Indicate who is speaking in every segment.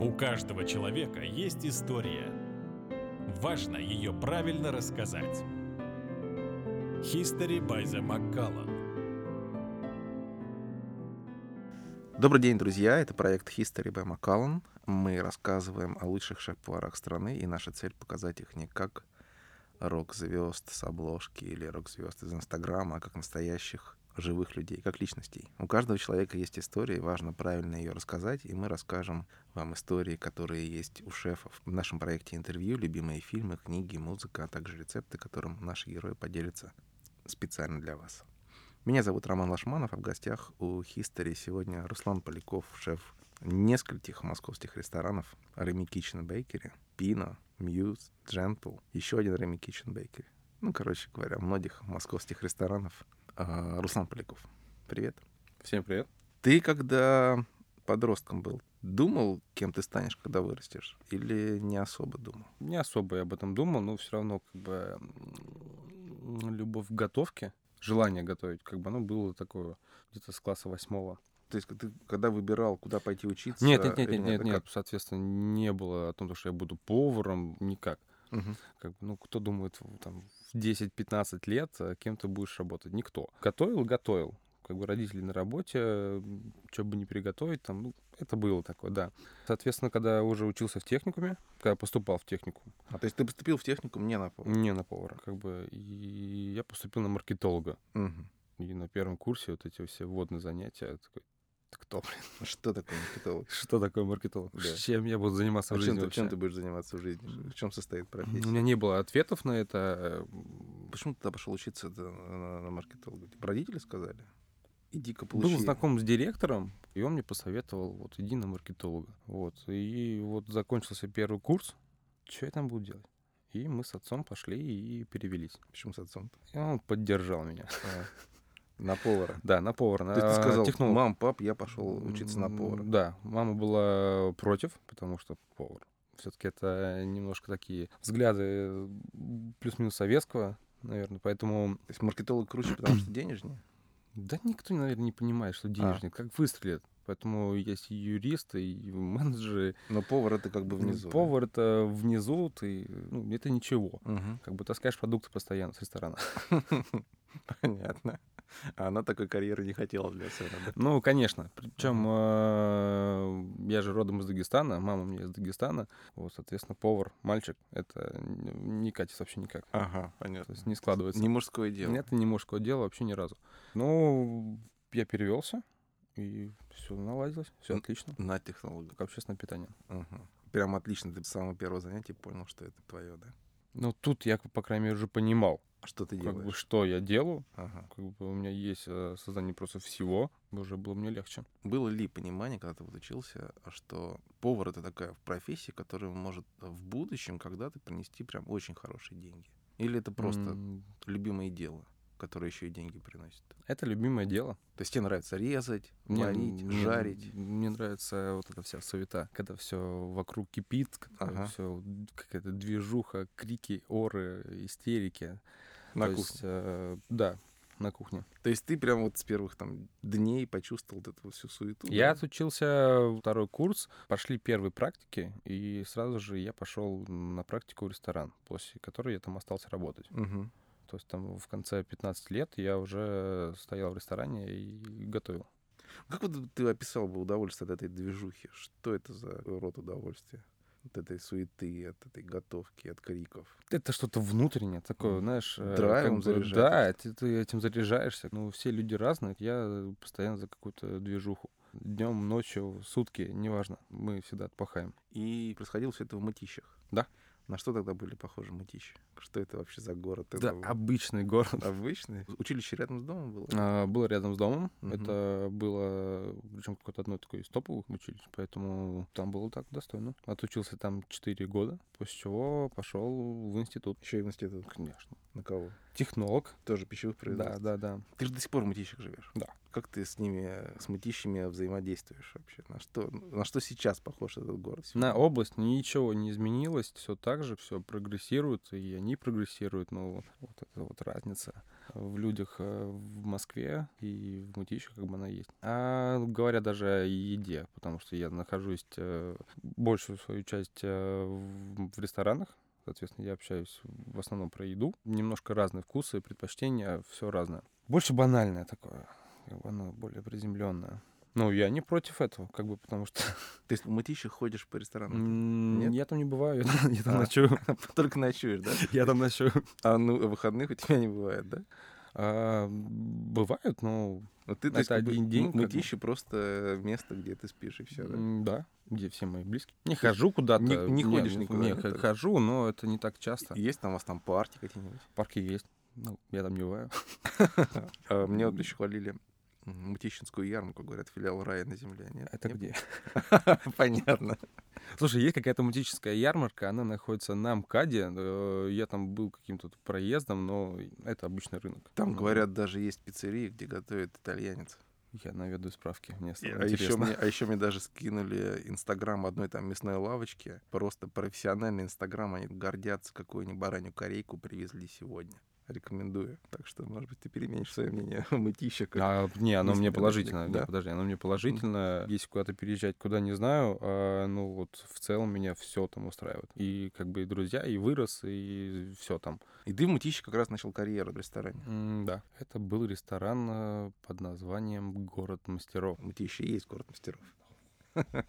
Speaker 1: У каждого человека есть история. Важно ее правильно рассказать. History by the Macallan.
Speaker 2: Добрый день, друзья! Это проект History by Macallan. Мы рассказываем о лучших шеф-поварах страны, и наша цель — показать их не как рок-звезд с обложки или рок-звезд из Инстаграма, а как настоящих живых людей, как личностей. У каждого человека есть история, и важно правильно ее рассказать, и мы расскажем вам истории, которые есть у шефов. В нашем проекте интервью, любимые фильмы, книги, музыка, а также рецепты, которым наши герои поделятся специально для вас. Меня зовут Роман Лашманов, а в гостях у History сегодня Руслан Поляков, шеф нескольких московских ресторанов Remy Kitchen Bakery, Pino, Muse, Gentle, еще один Remy Kitchen Bakery. Ну, короче говоря, многих московских ресторанов. А, Руслан Поляков, привет.
Speaker 3: Всем привет.
Speaker 2: Ты когда подростком был, думал, кем ты станешь, когда вырастешь? Или не особо думал?
Speaker 3: Не особо я об этом думал, но все равно как бы м, любовь к готовке, желание готовить, как бы оно было такое где-то с класса восьмого.
Speaker 2: То есть ты когда выбирал, куда пойти учиться?
Speaker 3: Нет, нет, нет,
Speaker 2: или
Speaker 3: нет, нет,
Speaker 2: а
Speaker 3: нет, соответственно, не было о том, что я буду поваром, никак.
Speaker 2: как? Мгм.
Speaker 3: Как бы, ну, кто думает, в- там, в 10-15 лет э, кем ты будешь работать? Никто. Готовил, готовил. Как бы родители на работе, что бы не приготовить, там, ну, это было такое, да. Соответственно, когда я уже учился в техникуме, когда поступал в техникум,
Speaker 2: А, то есть ты поступил в техникум не на повар?
Speaker 3: Не на повара, как бы. И я поступил на маркетолога.
Speaker 2: Мгм.
Speaker 3: И на первом курсе вот эти все вводные занятия. я такой, «Ты кто, блин?
Speaker 2: Что такое маркетолог?
Speaker 3: Что такое маркетолог?
Speaker 2: Да.
Speaker 3: Чем я буду заниматься
Speaker 2: А
Speaker 3: в
Speaker 2: чем,
Speaker 3: жизни
Speaker 2: ты, чем
Speaker 3: вообще?»
Speaker 2: ты будешь заниматься в жизни? В чем состоит профессия?
Speaker 3: У меня не было ответов на это. М,
Speaker 2: Почему ты тогда пошел учиться на, на- на маркетолога? Типа Родители сказали? Иди-ка получи.
Speaker 3: Был знаком с директором, и он мне посоветовал, вот, иди на маркетолога. Вот, и вот закончился первый курс. Что я там буду делать? И мы с отцом пошли и перевелись.
Speaker 2: Почему с отцом?
Speaker 3: И он поддержал меня.
Speaker 2: На повара. А,
Speaker 3: Да, на повара.
Speaker 2: То есть ты
Speaker 3: на
Speaker 2: сказал,
Speaker 3: технолога.
Speaker 2: мам, пап, я пошел учиться на
Speaker 3: М,
Speaker 2: повара.
Speaker 3: Да, мама была против, потому что повар. Все-таки это немножко такие взгляды э, плюс-минус советского, наверное. Поэтому,
Speaker 2: То есть маркетолог круче, потому что денежнее?
Speaker 3: да никто, наверное, не понимает,
Speaker 2: А.
Speaker 3: что денежник, как выстрелит. Поэтому есть и юристы, и менеджеры.
Speaker 2: Но повар это как бы
Speaker 3: Ну,
Speaker 2: внизу. да?
Speaker 3: Повар это внизу, ты, ну, это ничего.
Speaker 2: Мгм.
Speaker 3: Как бы таскаешь продукты постоянно с ресторана.
Speaker 2: Понятно. А она такой карьеры не хотела для себя. да?
Speaker 3: Ну, конечно. Причем я же родом из Дагестана, мама у меня из Дагестана. Вот, соответственно, повар, мальчик, это н- не катится вообще никак.
Speaker 2: Ага,
Speaker 3: То
Speaker 2: понятно.
Speaker 3: есть А, не складывается.
Speaker 2: Не мужское дело.
Speaker 3: Нет, это не мужское дело вообще ни разу. Ну, я перевелся, и все наладилось, все
Speaker 2: М.
Speaker 3: отлично.
Speaker 2: На технолога.
Speaker 3: Как общественное питание.
Speaker 2: Мгм. Прям отлично. Ты с самого первого занятия понял, что это твое, да?
Speaker 3: Ну, тут я, по крайней мере, уже понимал,
Speaker 2: А Что ты
Speaker 3: Ну, как бы,
Speaker 2: делаешь?
Speaker 3: что я делаю.
Speaker 2: Ага.
Speaker 3: Как бы у меня есть э, создание просто всего, уже было мне легче.
Speaker 2: Было ли понимание, когда ты вот учился, что повар это такая профессия, которая может в будущем когда-то принести прям очень хорошие деньги? Или это просто
Speaker 3: М,
Speaker 2: любимое дело, которое еще и деньги приносит?
Speaker 3: Это любимое дело.
Speaker 2: То есть тебе нравится резать,
Speaker 3: Мне-
Speaker 2: варить,
Speaker 3: мне-
Speaker 2: жарить?
Speaker 3: Мне нравится вот эта вся суета, когда все вокруг кипит, когда
Speaker 2: Ага.
Speaker 3: все какая-то движуха, крики, оры, истерики.
Speaker 2: На
Speaker 3: То
Speaker 2: кухне.
Speaker 3: есть, э, да, на кухне.
Speaker 2: То есть ты прям вот с первых там дней почувствовал вот эту всю суету?
Speaker 3: Я
Speaker 2: да?
Speaker 3: отучился второй курс, пошли первые практики, и сразу же я пошел на практику в ресторан, после которой я там остался работать.
Speaker 2: Мгм.
Speaker 3: То есть там в конце 15 лет я уже стоял в ресторане и готовил.
Speaker 2: Как вот ты описал бы удовольствие от этой движухи? Что это за род удовольствия? От этой суеты, от этой готовки, от криков.
Speaker 3: Это что-то внутреннее такое,
Speaker 2: Мгм.
Speaker 3: знаешь... э,
Speaker 2: Драйвом
Speaker 3: как бы,
Speaker 2: заряжает
Speaker 3: Да, ты, ты этим заряжаешься. Ну, все люди разные. Я постоянно за какую-то движуху. Днем, ночью, сутки, неважно. Мы всегда отпахаем.
Speaker 2: И происходило все это в мытищах.
Speaker 3: Да.
Speaker 2: На что тогда были похожи мытищи? Что это вообще за город?
Speaker 3: Да,
Speaker 2: Это был
Speaker 3: обычный город.
Speaker 2: обычный. а Училище рядом с домом было?
Speaker 3: А, Было рядом с домом.
Speaker 2: Мгм.
Speaker 3: Это было, причем какое-то одно такое из топовых училищ, поэтому там было так достойно. Отучился там 4 года, после чего пошел в институт.
Speaker 2: Еще и в институт.
Speaker 3: Конечно.
Speaker 2: На кого?
Speaker 3: Технолог.
Speaker 2: Тоже пищевых
Speaker 3: Да,
Speaker 2: производств.
Speaker 3: да, да.
Speaker 2: Ты же до сих пор в мытищах живешь.
Speaker 3: Да.
Speaker 2: Как ты с ними, с мытищами взаимодействуешь вообще? На что, на что сейчас похож этот город?
Speaker 3: На область ничего не изменилось, все так же, все прогрессирует, и они прогрессируют, но вот эта вот разница. в людях э, в Москве и в Мытищах как бы она есть. А говоря даже о еде, потому что я нахожусь э, большую свою часть э, в в ресторанах, соответственно, я общаюсь в основном про еду. Немножко разные вкусы, предпочтения, все разное. Больше банальное такое, как бы оно более приземленное. Ну, я не против этого, как бы, потому что
Speaker 2: Ты в мытищах ходишь по ресторанам?
Speaker 3: м,
Speaker 2: Нет?
Speaker 3: я там не бываю, я там- я там
Speaker 2: А.
Speaker 3: ночую.
Speaker 2: Только ночуешь, да?
Speaker 3: Я там ночую.
Speaker 2: А ну, выходных у тебя не бывает, да?
Speaker 3: А, Бывают, но
Speaker 2: Ну, ты, то есть,
Speaker 3: Это
Speaker 2: как бы,
Speaker 3: один день,
Speaker 2: ну,
Speaker 3: как бы.
Speaker 2: мытищи просто место, где ты спишь, и все, да?
Speaker 3: М, Да, где все мои близкие. Не хожу куда-то.
Speaker 2: не- не ходишь
Speaker 3: не-
Speaker 2: никуда,
Speaker 3: не,
Speaker 2: да,
Speaker 3: х-
Speaker 2: так?
Speaker 3: хожу, но это не так часто.
Speaker 2: Есть там у вас там парки какие-нибудь?
Speaker 3: Парки есть. Ну, я там не бываю.
Speaker 2: А, Мне вот еще хвалили м, Мытищинскую ярмарку, говорят, филиал рая на земле. Нет?
Speaker 3: Это
Speaker 2: Нет?
Speaker 3: где?
Speaker 2: Понятно.
Speaker 3: Слушай, есть какая-то мутическая ярмарка, она находится на МКАДе. Э, Я там был каким-то тут проездом, но это обычный рынок.
Speaker 2: Там,
Speaker 3: Ну,
Speaker 2: говорят, даже есть пиццерии, где готовит итальянец.
Speaker 3: Я наведу справки, мне
Speaker 2: И-
Speaker 3: стало
Speaker 2: А еще,
Speaker 3: интересно.
Speaker 2: мне, а еще мне даже скинули инстаграм одной там мясной лавочки. Просто профессиональный инстаграм. Они гордятся, какую нибудь баранью корейку привезли сегодня. Рекомендую. Так что, может быть, ты переменишь свое мнение о мытищах.
Speaker 3: А, не, оно
Speaker 2: не
Speaker 3: мне
Speaker 2: знаю,
Speaker 3: положительно.
Speaker 2: да.
Speaker 3: Не, подожди, оно мне положительно. Если куда-то переезжать, куда не знаю, а, ну вот в целом меня все там устраивает. И как бы и друзья, и вырос, и все там.
Speaker 2: И ты в мытищах как раз начал карьеру в ресторане.
Speaker 3: М, Да. Это был ресторан э, под названием «Город мастеров».
Speaker 2: Мытищи есть город мастеров.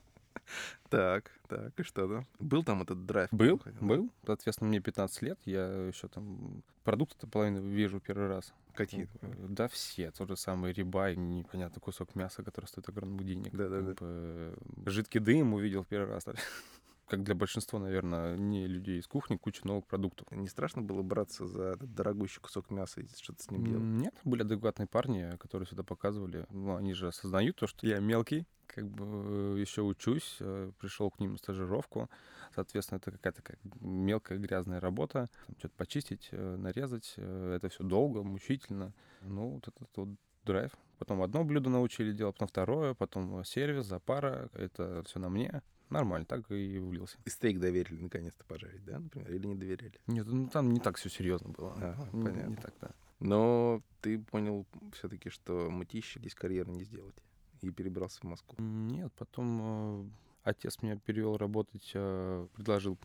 Speaker 2: Так, так, и что там? Был там этот драйв?
Speaker 3: Был,
Speaker 2: который ходил?
Speaker 3: был. Соответственно, мне 15 лет, я еще там продукты-то половину вижу первый раз.
Speaker 2: Какие?
Speaker 3: Э, Да все, тот же самый рибай, непонятный кусок мяса, который стоит огромный денег.
Speaker 2: Да-да-да.
Speaker 3: Как бы, э, Жидкий дым увидел в первый раз. Как для большинства, наверное, не людей из кухни, куча новых продуктов.
Speaker 2: Не страшно было браться за этот дорогущий кусок мяса и что-то с ним делать?
Speaker 3: М, Нет, были адекватные парни, которые сюда показывали. Ну, они же осознают то, что я мелкий, как бы еще учусь, пришел к ним на стажировку. Соответственно, это какая-то как мелкая грязная работа. Там что-то почистить, э, нарезать. э, Это все долго, мучительно. Ну, вот этот вот драйв. Потом одно блюдо научили делать, потом второе, потом сервис, запара. Это все на мне. Нормально, так и влился.
Speaker 2: И стейк доверили наконец-то пожарить, да, например? Или не доверили?
Speaker 3: Нет, ну там не так все серьезно было.
Speaker 2: Ага,
Speaker 3: Не- Не
Speaker 2: понятно.
Speaker 3: так, да.
Speaker 2: Но ты понял все-таки, что мытищи здесь карьеру не сделать. И перебрался в Москву.
Speaker 3: Нет, потом э, отец меня перевел работать, э, предложил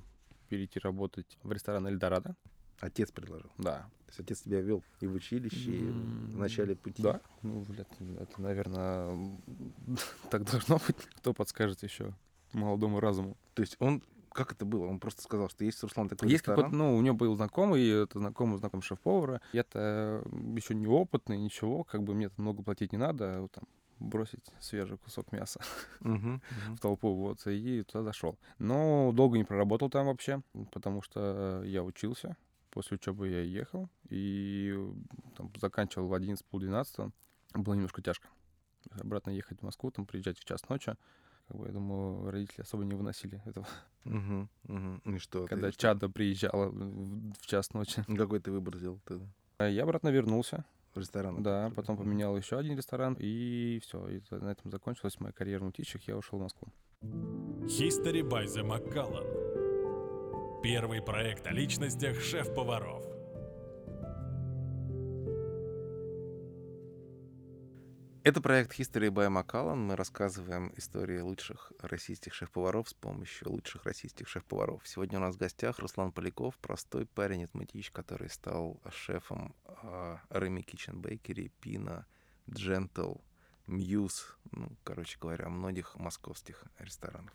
Speaker 3: перейти работать в ресторан Эльдорадо.
Speaker 2: Отец предложил.
Speaker 3: Да.
Speaker 2: То есть отец тебя вел и в училище, и в
Speaker 3: М,
Speaker 2: начале пути.
Speaker 3: Да. Ну, блядь, это, наверное, так должно быть. Кто подскажет еще молодому разуму?
Speaker 2: То есть он... Как это было? Он просто сказал, что есть Руслан такой
Speaker 3: Есть
Speaker 2: ресторан.
Speaker 3: какой-то, ну, у него был знакомый, это знакомый, знакомый шеф-повара. Я-то еще неопытный, ничего, как бы мне много платить не надо, а вот там, бросить свежий кусок мяса.
Speaker 2: Мгм,
Speaker 3: в толпу, вот, и туда зашел. Но долго не проработал там вообще, потому что э, я учился. После учебы я ехал и э, там, заканчивал в 11 полдвенадцатого. Было немножко тяжко. Обратно ехать в Москву, там приезжать в час ночи. Как бы, я думаю, родители особо не выносили этого.
Speaker 2: мгм, мгм. Ну И что? ты-
Speaker 3: Когда чадо приезжало в в час ночи.
Speaker 2: Ну, Какой ты выбор сделал тогда?
Speaker 3: А Я обратно вернулся.
Speaker 2: В ресторан?
Speaker 3: Да,
Speaker 2: который-
Speaker 3: потом
Speaker 2: Мгм.
Speaker 3: поменял еще один ресторан. И все. И на этом закончилась моя карьера в мутичах. Я ушел в Москву.
Speaker 1: History by the Macallan. Первый проект о личностях шеф-поваров.
Speaker 2: Это проект History by Macallan. Мы рассказываем истории лучших российских шеф-поваров с помощью лучших российских шеф-поваров. Сегодня у нас в гостях Руслан Поляков, простой парень от Мытищ, который стал шефом а, Remy Kitchen Bakery, Пина, Gentle, Muse, ну, короче говоря, многих московских ресторанов.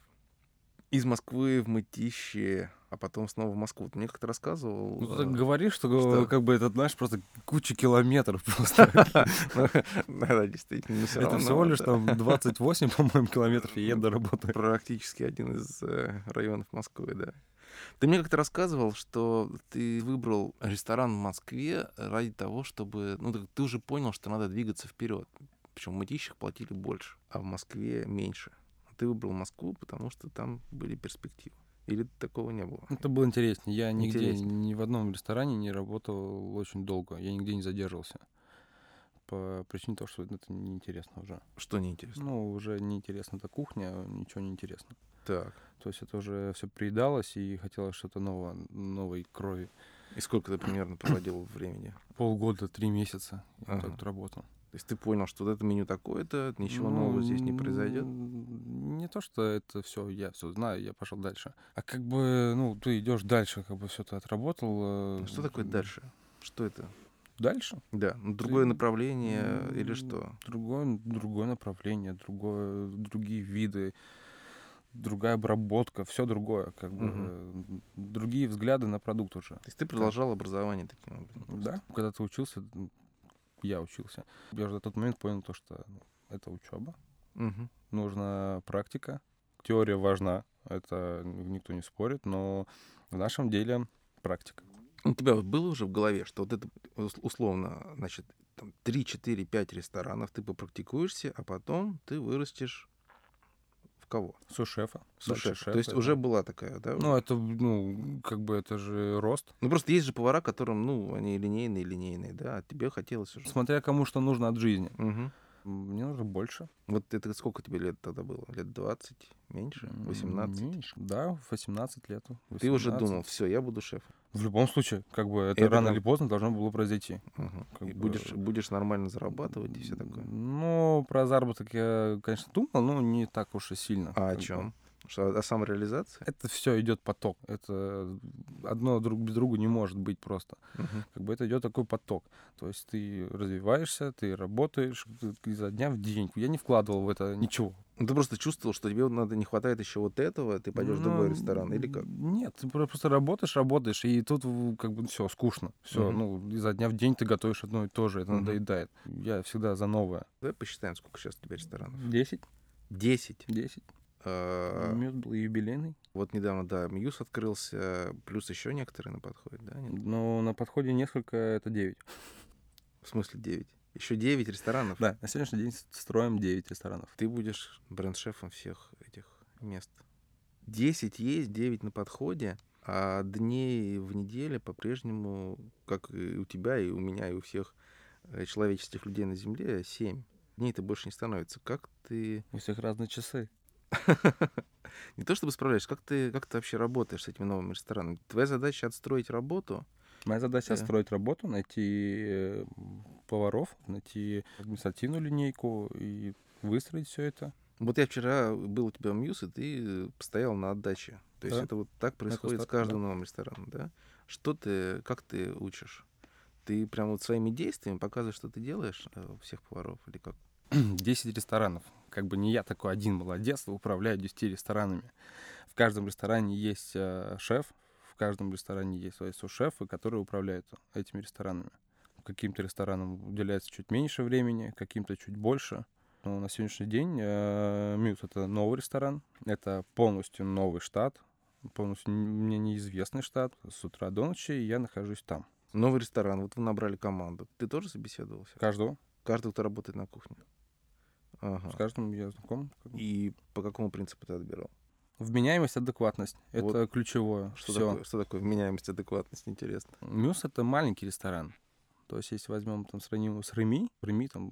Speaker 2: Из Москвы в Мытищи, а потом снова в Москву. Ты мне как-то рассказывал...
Speaker 3: Ну, ты
Speaker 2: э,
Speaker 3: так говоришь, что,
Speaker 2: что?
Speaker 3: как бы этот, знаешь, просто куча километров просто.
Speaker 2: ну, Да, действительно. но всё
Speaker 3: Это
Speaker 2: равно,
Speaker 3: всего лишь
Speaker 2: да.
Speaker 3: там 28, по-моему, километров я еду до работы.
Speaker 2: Практически один из э, районов Москвы, да. Ты мне как-то рассказывал, что ты выбрал ресторан в Москве ради того, чтобы... Ну, так ты уже понял, что надо двигаться вперед. Причем в Мытищах платили больше, а в Москве меньше. А Ты выбрал Москву, потому что там были перспективы. Или такого не было?
Speaker 3: Ну, Это было интереснее. Я нигде,
Speaker 2: Интереснее.
Speaker 3: ни в одном ресторане не работал очень долго. Я нигде не задерживался. по причине того, что это неинтересно уже.
Speaker 2: Что неинтересно.
Speaker 3: Ну, уже неинтересна эта кухня, ничего не интересно.
Speaker 2: Так.
Speaker 3: То есть это уже все приедалось, и хотелось что-то нового, новой крови.
Speaker 2: И сколько ты примерно проводил времени?
Speaker 3: Полгода, три месяца я
Speaker 2: Ага.
Speaker 3: тут работал.
Speaker 2: То есть ты понял, что вот это меню такое-то, ничего
Speaker 3: Ну,
Speaker 2: нового здесь не произойдет?
Speaker 3: м, Не то, что это все, я все знаю, я пошел дальше. А как бы, ну, ты идешь дальше, как бы все ты отработал. э,
Speaker 2: Что такое дальше? Что это?
Speaker 3: Дальше?
Speaker 2: Да, ну, другое направление
Speaker 3: м,
Speaker 2: или что?
Speaker 3: другое, другое направление, другое, другие виды, другая обработка, все другое, как бы
Speaker 2: Мгм.
Speaker 3: э, другие взгляды на продукт уже.
Speaker 2: То есть ты продолжал образование таким образом? просто?
Speaker 3: Да. Когда ты учился, м, я учился. Я уже на тот момент понял то, что ну, это учеба,
Speaker 2: Мгм.
Speaker 3: нужна практика, теория важна, это никто не спорит, но в нашем деле практика.
Speaker 2: У тебя вот было уже в голове, что вот это ус- условно, значит, там 3, 4, 5 ресторанов ты попрактикуешься, а потом ты вырастешь в кого?
Speaker 3: Сушефа.
Speaker 2: Сушеф. То есть уже была такая, да?
Speaker 3: ну, это, ну, как бы это же рост.
Speaker 2: Ну, просто есть же повара, которым, ну, они линейные, линейные, да, а тебе хотелось уже.
Speaker 3: Смотря кому что нужно от жизни.
Speaker 2: Мгм.
Speaker 3: Мне нужно больше.
Speaker 2: Вот это сколько тебе лет тогда было? Лет 20? Меньше?
Speaker 3: М,
Speaker 2: 18?
Speaker 3: меньше. Да, в 18 лет.
Speaker 2: Ты уже
Speaker 3: 18.
Speaker 2: думал, все, я буду шефом.
Speaker 3: В любом случае, как бы это,
Speaker 2: Это
Speaker 3: рано
Speaker 2: прям-
Speaker 3: или поздно должно было произойти.
Speaker 2: Мгм.
Speaker 3: Как
Speaker 2: И
Speaker 3: бы-
Speaker 2: будешь, будешь нормально зарабатывать и все такое.
Speaker 3: Ну, про заработок я, конечно, думал, но не так уж и сильно.
Speaker 2: А о
Speaker 3: как бы.
Speaker 2: чем? Что, о самореализации?
Speaker 3: Это все идет поток. Это одно друг без друга не может быть просто.
Speaker 2: Мгм.
Speaker 3: Как бы это идет такой поток. То есть ты развиваешься, ты работаешь ты изо дня в день. Я не вкладывал в это ничего.
Speaker 2: Ну, ты просто чувствовал, что тебе вот надо не хватает еще вот этого, ты пойдешь в
Speaker 3: Ну,
Speaker 2: другой ресторан или как?
Speaker 3: Нет, ты про- просто работаешь, работаешь, и тут в- как бы все скучно. Все,
Speaker 2: Мгм.
Speaker 3: ну, изо дня в день ты готовишь одно и то же, это
Speaker 2: Мгм.
Speaker 3: надоедает. Я всегда за новое.
Speaker 2: Давай посчитаем, сколько сейчас у тебя ресторанов.
Speaker 3: 10?
Speaker 2: Десять.
Speaker 3: 10.
Speaker 2: Э,
Speaker 3: Мед был юбилейный.
Speaker 2: Вот недавно, да, Мьюз открылся, плюс еще некоторые на подходе, да? нет?
Speaker 3: Но на подходе несколько, это 9.
Speaker 2: В смысле девять? Еще девять ресторанов?
Speaker 3: Да, на сегодняшний день с- строим 9 ресторанов.
Speaker 2: Ты будешь бренд-шефом всех этих мест. 10 есть, 9 на подходе, а дней в неделе по-прежнему, как и у тебя, и у меня, и у всех э, человеческих людей на Земле, 7. Дней это больше не становится. Как ты...
Speaker 3: У всех разные часы.
Speaker 2: Не то чтобы справляешься, как ты, как ты вообще работаешь с этими новыми ресторанами? Твоя задача отстроить работу.
Speaker 3: Моя задача
Speaker 2: Да.
Speaker 3: строить работу, найти э, поваров, найти административную линейку и выстроить все это.
Speaker 2: Вот я вчера был у тебя в Мьюз, и ты э, постоял на отдаче. То есть
Speaker 3: Да.
Speaker 2: это вот так происходит с
Speaker 3: кустах, да.
Speaker 2: каждым новым рестораном, да? Что ты, как ты учишь? Ты прям вот своими действиями показываешь, что ты делаешь э, всех поваров или как?
Speaker 3: 10 ресторанов. Как бы не я такой один молодец, управляю 10 ресторанами. В каждом ресторане есть э, шеф, в каждом ресторане есть свои су-шефы, которые управляют этими ресторанами. Каким-то ресторанам уделяется чуть меньше времени, каким-то чуть больше. Но на сегодняшний день э, Мьюз — это новый ресторан, это полностью новый штат, полностью н- мне неизвестный штат. С утра до ночи я нахожусь там.
Speaker 2: Новый ресторан, вот вы набрали команду. Ты тоже собеседовался?
Speaker 3: Каждого,
Speaker 2: Каждый, кто работает на кухне. Ага.
Speaker 3: с каждым я знаком. как бы.
Speaker 2: А. И по какому принципу ты отбирал?
Speaker 3: Вменяемость, адекватность — это
Speaker 2: Вот
Speaker 3: ключевое.
Speaker 2: Что,
Speaker 3: Всё.
Speaker 2: такое, что такое вменяемость, адекватность, интересно?
Speaker 3: Мюс это маленький ресторан. То есть, если возьмем там сравним его с Реми, в Реми там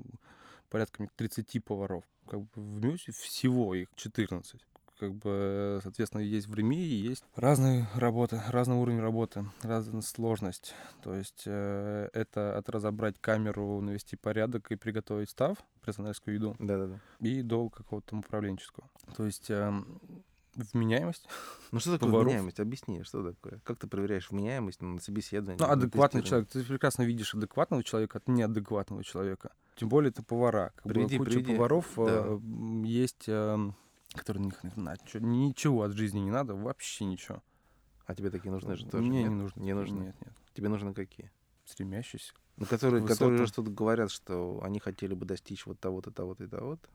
Speaker 3: порядка мне, 30 поваров. Как бы в Мюсе всего их 14. Как бы, э, соответственно, есть в Реми и есть разные работы, разный уровень работы, разная сложность. То есть э, это от разобрать камеру, навести порядок и приготовить став, персональскую еду,
Speaker 2: Да-да-да.
Speaker 3: и до какого-то там управленческого. То есть эм, вменяемость,
Speaker 2: Ну что такое
Speaker 3: Поваров.
Speaker 2: вменяемость? Объясни, что такое? Как ты проверяешь вменяемость ну, на собеседовании?
Speaker 3: Ну,
Speaker 2: на
Speaker 3: адекватный
Speaker 2: тестировании?
Speaker 3: человек. Ты прекрасно видишь адекватного человека от неадекватного человека. Тем более это повара. Как бы
Speaker 2: Приведи,
Speaker 3: куча
Speaker 2: приведи.
Speaker 3: поваров э,
Speaker 2: Да.
Speaker 3: м, есть, э, которые них ничего от жизни не надо, вообще ничего.
Speaker 2: А тебе такие нужны же тоже?
Speaker 3: Мне
Speaker 2: нет?
Speaker 3: не нужно.
Speaker 2: Не нужны.
Speaker 3: Нет, нет.
Speaker 2: Тебе нужны какие?
Speaker 3: Стремящийся.
Speaker 2: Ну, которые, которые
Speaker 3: высотам.
Speaker 2: же тут говорят, что они хотели бы достичь вот того-то, того-то и того-то.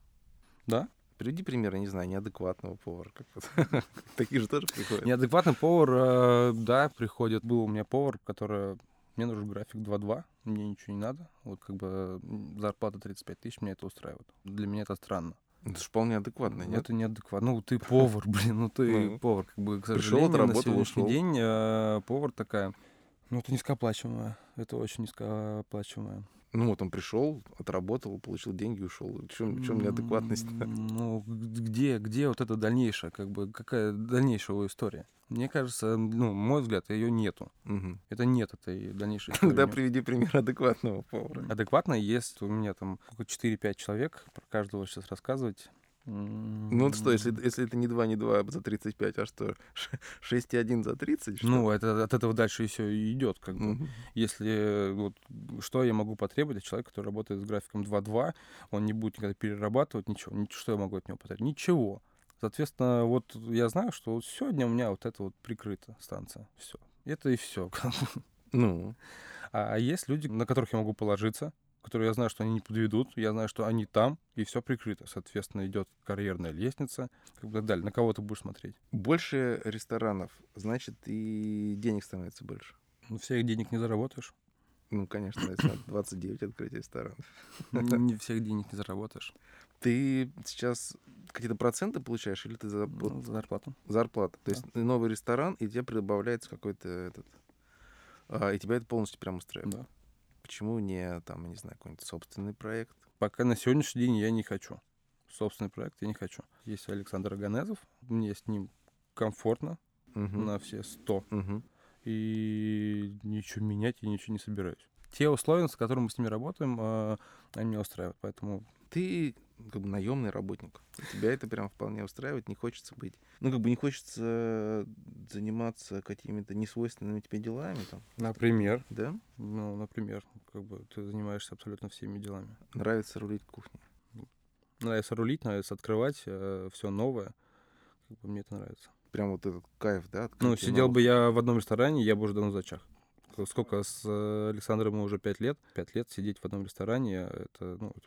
Speaker 3: Да?
Speaker 2: Приведи пример, я не знаю, неадекватного повара. Как вот. Такие же тоже приходят.
Speaker 3: Неадекватный повар, э, да, приходит. Был у меня повар, который... Мне нужен график 2-2, мне ничего не надо. Вот как бы м, зарплата 35 тысяч, меня это устраивает. Для меня это странно.
Speaker 2: Это же вполне адекватно,
Speaker 3: Ну,
Speaker 2: нет?
Speaker 3: Это неадекватно. Ну, ты повар, блин, ну
Speaker 2: Ну.
Speaker 3: ты повар. Как бы, к
Speaker 2: Пришёл,
Speaker 3: сожалению, на
Speaker 2: отработал,
Speaker 3: сегодняшний
Speaker 2: ушёл.
Speaker 3: день а, э, повар такая... Ну, это низкооплачиваемая. Это очень низкооплачиваемая.
Speaker 2: Ну вот он пришел, отработал, получил деньги, ушел. В чем, в чем неадекватность?
Speaker 3: Ну, где, где вот это дальнейшее, как бы, какая дальнейшая его история? Мне кажется, ну, мой взгляд, ее нету.
Speaker 2: Мгм.
Speaker 3: Это нет этой дальнейшей истории.
Speaker 2: Тогда
Speaker 3: нет.
Speaker 2: приведи пример адекватного повара.
Speaker 3: Адекватно, если у меня там сколько, 4-5 человек, про каждого сейчас рассказывать. Ну,
Speaker 2: Ну вот что, если, если это не 2, не 2 за 35, а что, 6,1 за 30? что ли?
Speaker 3: Ну, это, от этого дальше и все идет, как бы.
Speaker 2: Мгм.
Speaker 3: Если э, вот, что я могу потребовать от человека, который работает с графиком 2.2, он не будет никогда перерабатывать ничего. Нич- Что я могу от него потребовать? Ничего. Соответственно, вот я знаю, что вот сегодня у меня вот это вот прикрыта станция. Все. Это и все.
Speaker 2: Ну,
Speaker 3: А есть люди, на которых я могу положиться, которые я знаю, что они не подведут, я знаю, что они там, и все прикрыто. Соответственно, идет карьерная лестница, как бы так далее. На кого ты будешь смотреть?
Speaker 2: больше ресторанов, значит и денег становится больше.
Speaker 3: Ну, всех денег не заработаешь.
Speaker 2: Ну, конечно, если надо 29 открыть ресторанов.
Speaker 3: Не всех денег не заработаешь.
Speaker 2: Ты сейчас какие-то проценты получаешь или ты за вот
Speaker 3: Ну, зарплату.
Speaker 2: зарплата? То
Speaker 3: Да.
Speaker 2: есть новый ресторан, и тебе прибавляется какой-то этот... а, и тебя это полностью прям устраивает.
Speaker 3: Да.
Speaker 2: Почему не, там, я не знаю, какой-нибудь собственный проект?
Speaker 3: Пока на сегодняшний день я не хочу. Собственный проект я не хочу. Есть Александр Аганезов, мне с ним комфортно
Speaker 2: Мгм.
Speaker 3: на все 100.
Speaker 2: Мгм.
Speaker 3: И ничего менять я ничего не собираюсь. Те условия, с которыми мы с ними работаем, э, они меня устраивают. Поэтому
Speaker 2: Ты как бы наемный работник. И Тебя это прям вполне устраивает, не хочется быть. Ну, как бы не хочется заниматься какими-то несвойственными тебе делами там,
Speaker 3: Например?
Speaker 2: да?
Speaker 3: Ну, например, как бы ты занимаешься абсолютно всеми делами.
Speaker 2: Нравится рулить кухней.
Speaker 3: Нравится рулить, нравится открывать, все новое. Как бы мне это нравится.
Speaker 2: Прям вот этот кайф, да?
Speaker 3: Ну,
Speaker 2: открытие
Speaker 3: сидел
Speaker 2: новых-
Speaker 3: бы я в одном ресторане, я бы уже давно зачах. Ск- Сколько с э, Александром мы уже пять лет. Пять лет сидеть в одном ресторане, это, ну, это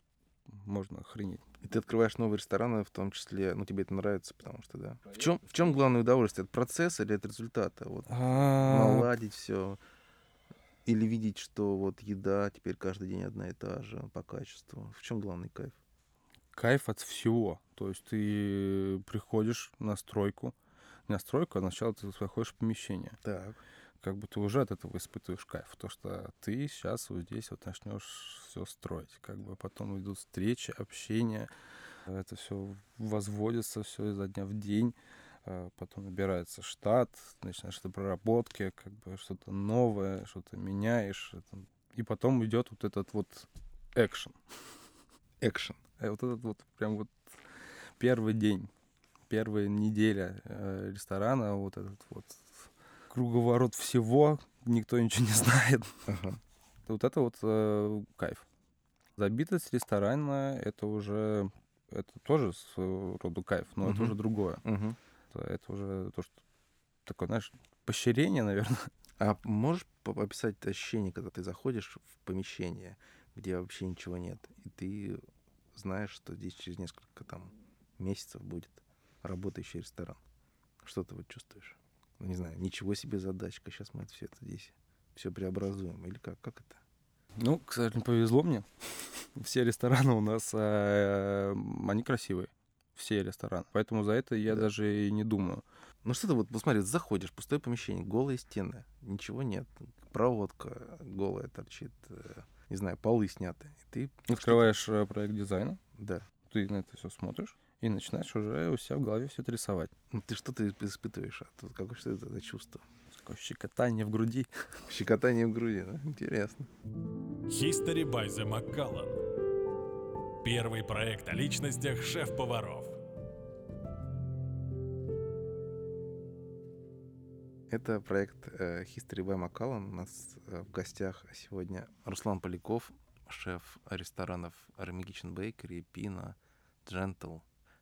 Speaker 3: можно охренеть.
Speaker 2: И ты открываешь новые рестораны, в том числе, ну, тебе это нравится, потому что, да. В чем, в чем главное удовольствие? Это процесс или от результата? А, Вот
Speaker 3: А, Ну,
Speaker 2: наладить все. Или видеть, что вот еда теперь каждый день одна и та же по качеству. В чем главный кайф?
Speaker 3: кайф от всего. То есть ты приходишь на стройку, не на стройку, а сначала ты заходишь в помещение.
Speaker 2: Так.
Speaker 3: как бы ты уже от этого испытываешь кайф, то что ты сейчас вот здесь вот начнешь все строить, как бы потом идут встречи, общения, это все возводится все изо дня в день, э, потом набирается штат, начинаешь это проработки, как бы что-то новое, что-то меняешь, это- и потом идет вот этот вот экшен,
Speaker 2: Экшен.
Speaker 3: Э, вот этот вот прям вот первый день, первая неделя э, ресторана, вот этот вот круговорот всего, никто ничего не знает.
Speaker 2: Ага.
Speaker 3: Вот это вот э, кайф. Забитость ресторана это уже это тоже своего рода кайф, но это
Speaker 2: Мгм.
Speaker 3: уже другое.
Speaker 2: Мгм.
Speaker 3: Это, это уже то, что такое, знаешь, поощрение, наверное.
Speaker 2: А можешь по- описать это ощущение, когда ты заходишь в помещение, где вообще ничего нет, и ты знаешь, что здесь через несколько там месяцев будет работающий ресторан? Что ты вот чувствуешь? Ну, не знаю, ничего себе задачка, сейчас мы это все это здесь все преобразуем. Или как, как это?
Speaker 3: Ну, к сожалению, повезло мне. Все рестораны у нас, э, они красивые. Все рестораны. Поэтому за это я
Speaker 2: Да.
Speaker 3: даже и не думаю.
Speaker 2: Ну что ты вот, посмотри, заходишь, пустое помещение, голые стены, ничего нет, проводка голая торчит, э, не знаю, полы сняты. И ты,
Speaker 3: Открываешь э, проект дизайна,
Speaker 2: да,
Speaker 3: ты на это все смотришь и начинаешь уже у себя в голове все это рисовать.
Speaker 2: ну ты что-то испытываешь, а тут какое что это за чувство?
Speaker 3: Такое щекотание в груди.
Speaker 2: Щекотание в груди, да? Интересно.
Speaker 1: History by the Macallan. Первый проект о личностях шеф-поваров.
Speaker 2: Это проект э, History by McCallum. У нас э, в гостях сегодня Руслан Поляков, шеф ресторанов Army Kitchen Bakery, Pina, Gentle,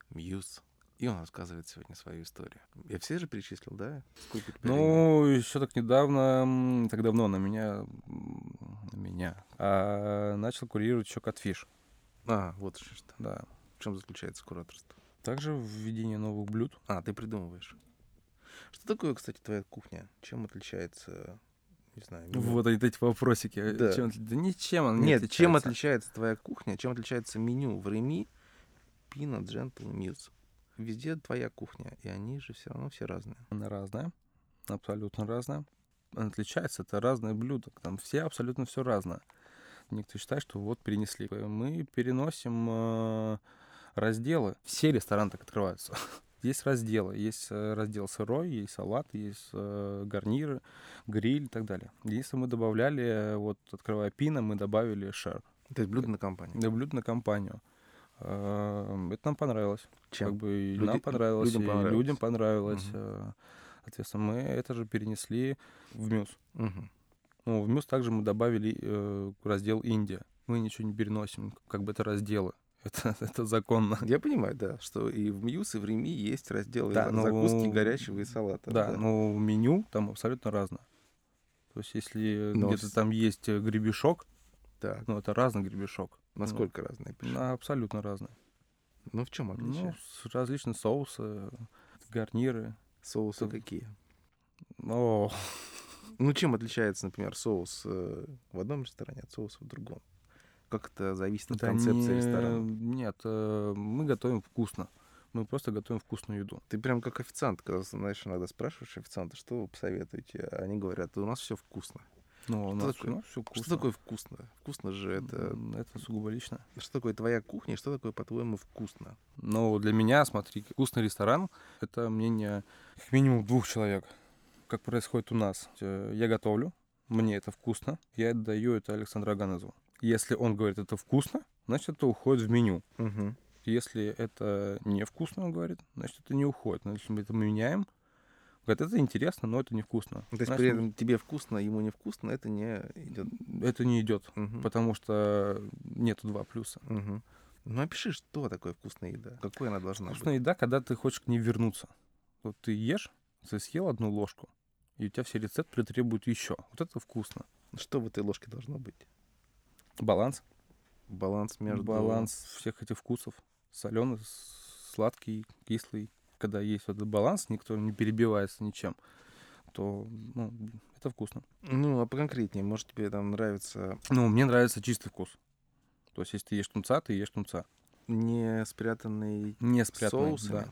Speaker 2: Muse. И он рассказывает сегодня свою историю. Я все же перечислил, да? Сколько теперь времени?
Speaker 3: Ну, еще так недавно, м, не так давно на меня, м, на меня, а, начал курировать еще Катфиш,
Speaker 2: А, вот ещё что.
Speaker 3: да.
Speaker 2: В чем заключается кураторство?
Speaker 3: Также введение новых блюд.
Speaker 2: А, ты придумываешь. Что такое, кстати, твоя кухня? Чем отличается, не знаю... меню?
Speaker 3: Вот они, эти вопросики. Э,
Speaker 2: Да.
Speaker 3: Чем, отли- да ничем она не
Speaker 2: Нет, чем
Speaker 3: отличается.
Speaker 2: отличается твоя кухня, чем отличается меню в Реми, Пина, Джентл, Мьюз? Везде твоя кухня, и они же все равно все разные.
Speaker 3: Она разная, абсолютно разная. Она отличается, это разные блюда, там все абсолютно все разное. Некоторые считают, что вот перенесли. Мы переносим э, разделы. Все рестораны так открываются. Есть разделы. Есть э, раздел сырой, есть салат, есть э, гарниры, гриль и так далее. Единственное, мы добавляли, э, вот открывая пина, мы добавили шер.
Speaker 2: То есть блюдо на компании.
Speaker 3: для блюд на компанию. Э, Это нам понравилось. Как
Speaker 2: Чем?
Speaker 3: бы и
Speaker 2: Люди-
Speaker 3: нам понравилось,
Speaker 2: людям
Speaker 3: и
Speaker 2: понравилось.
Speaker 3: людям понравилось.
Speaker 2: Мгм.
Speaker 3: Э, Соответственно, мы это же перенесли в Мюс.
Speaker 2: Мгм.
Speaker 3: Ну, в Мюс также мы добавили э, раздел Индия. Мы ничего не переносим, как бы это разделы. Это, это законно.
Speaker 2: Я понимаю, да, что и в Мьюз, и в Реми есть разделы
Speaker 3: Да,
Speaker 2: за-
Speaker 3: ну,
Speaker 2: закуски, горячего и салата.
Speaker 3: Да, ну, но в меню там абсолютно разное. То есть, если
Speaker 2: Но
Speaker 3: где-то
Speaker 2: с-
Speaker 3: там есть э, гребешок,
Speaker 2: Так,
Speaker 3: ну, это разный гребешок.
Speaker 2: насколько разные?
Speaker 3: Ну,
Speaker 2: причины?
Speaker 3: а, абсолютно разный.
Speaker 2: Ну, в чем
Speaker 3: Ну,
Speaker 2: отличие?
Speaker 3: с- различные соусы, гарниры.
Speaker 2: Соусы
Speaker 3: тут-
Speaker 2: какие?
Speaker 3: О,
Speaker 2: Ну, чем отличается, например, соус э, в одном ресторане от соуса в другом? Как это зависит от
Speaker 3: да
Speaker 2: концепции
Speaker 3: не-
Speaker 2: ресторана?
Speaker 3: Нет, э, мы готовим вкусно. Мы просто готовим вкусную еду.
Speaker 2: Ты прям как официант, когда знаешь, надо спрашиваешь официанта, что вы посоветуете, а они говорят, у нас все вкусно.
Speaker 3: Ну, у
Speaker 2: Что
Speaker 3: нас
Speaker 2: такое-
Speaker 3: все вкусно.
Speaker 2: Что такое вкусно? Вкусно же это...
Speaker 3: М, Это сугубо лично.
Speaker 2: Что такое твоя кухня и что такое, по-твоему, вкусно?
Speaker 3: Но для меня, смотри, вкусный ресторан — это мнение как минимум двух человек. Как происходит у нас. Э, Я готовлю, мне это вкусно, я отдаю это Александру Аганезову. Если он говорит «это вкусно», значит, это уходит в меню.
Speaker 2: Мгм.
Speaker 3: Если это невкусно, он говорит, значит, это не уходит. Значит, мы это меняем. Говорит, это интересно, но это невкусно.
Speaker 2: То есть
Speaker 3: Значит,
Speaker 2: при этом тебе вкусно, ему не вкусно, это не идет.
Speaker 3: Это не идет,
Speaker 2: Мгм.
Speaker 3: потому что нету два плюса.
Speaker 2: Мгм. Ну, опиши, что такое вкусная еда? Какой она должна быть?
Speaker 3: Вкусная еда, когда ты хочешь к ней вернуться. Вот ты ешь, ты съел одну ложку, и у тебя все рецепторы требуют еще. Вот это вкусно.
Speaker 2: Что в этой ложке должно быть?
Speaker 3: Баланс.
Speaker 2: Баланс между...
Speaker 3: Баланс всех этих вкусов. Соленый, сладкий, кислый. Когда есть вот этот баланс, никто не перебивается ничем, то ну, это вкусно.
Speaker 2: Ну, а поконкретнее, может, тебе там нравится
Speaker 3: Ну, мне нравится чистый вкус. То есть, если ты ешь тунца, ты ешь тунца.
Speaker 2: не спрятанный
Speaker 3: Не спрятанный.
Speaker 2: соус?
Speaker 3: да.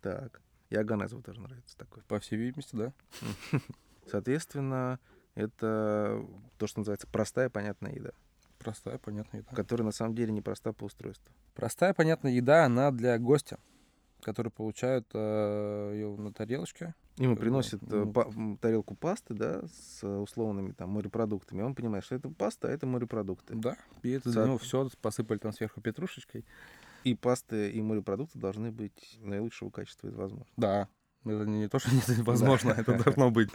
Speaker 2: Так. И Аганезову тоже нравится такой.
Speaker 3: По всей видимости, да.
Speaker 2: Соответственно, это то, что называется простая, понятная еда,
Speaker 3: Простая, понятная еда.
Speaker 2: которая на самом деле не проста по устройству.
Speaker 3: Простая, понятная еда, она для гостя, который получает ее на тарелочке.
Speaker 2: Ему
Speaker 3: Как бы,
Speaker 2: приносят э,
Speaker 3: ну-
Speaker 2: па- м, тарелку пасты, да, с э, условными там морепродуктами. Он понимает, что это паста, а это морепродукты.
Speaker 3: Да. И это
Speaker 2: Со-
Speaker 3: за него все посыпали там сверху петрушечкой.
Speaker 2: И пасты, и морепродукты должны быть наилучшего качества из возможных.
Speaker 3: Да. Это не то, что это невозможно, это должно быть.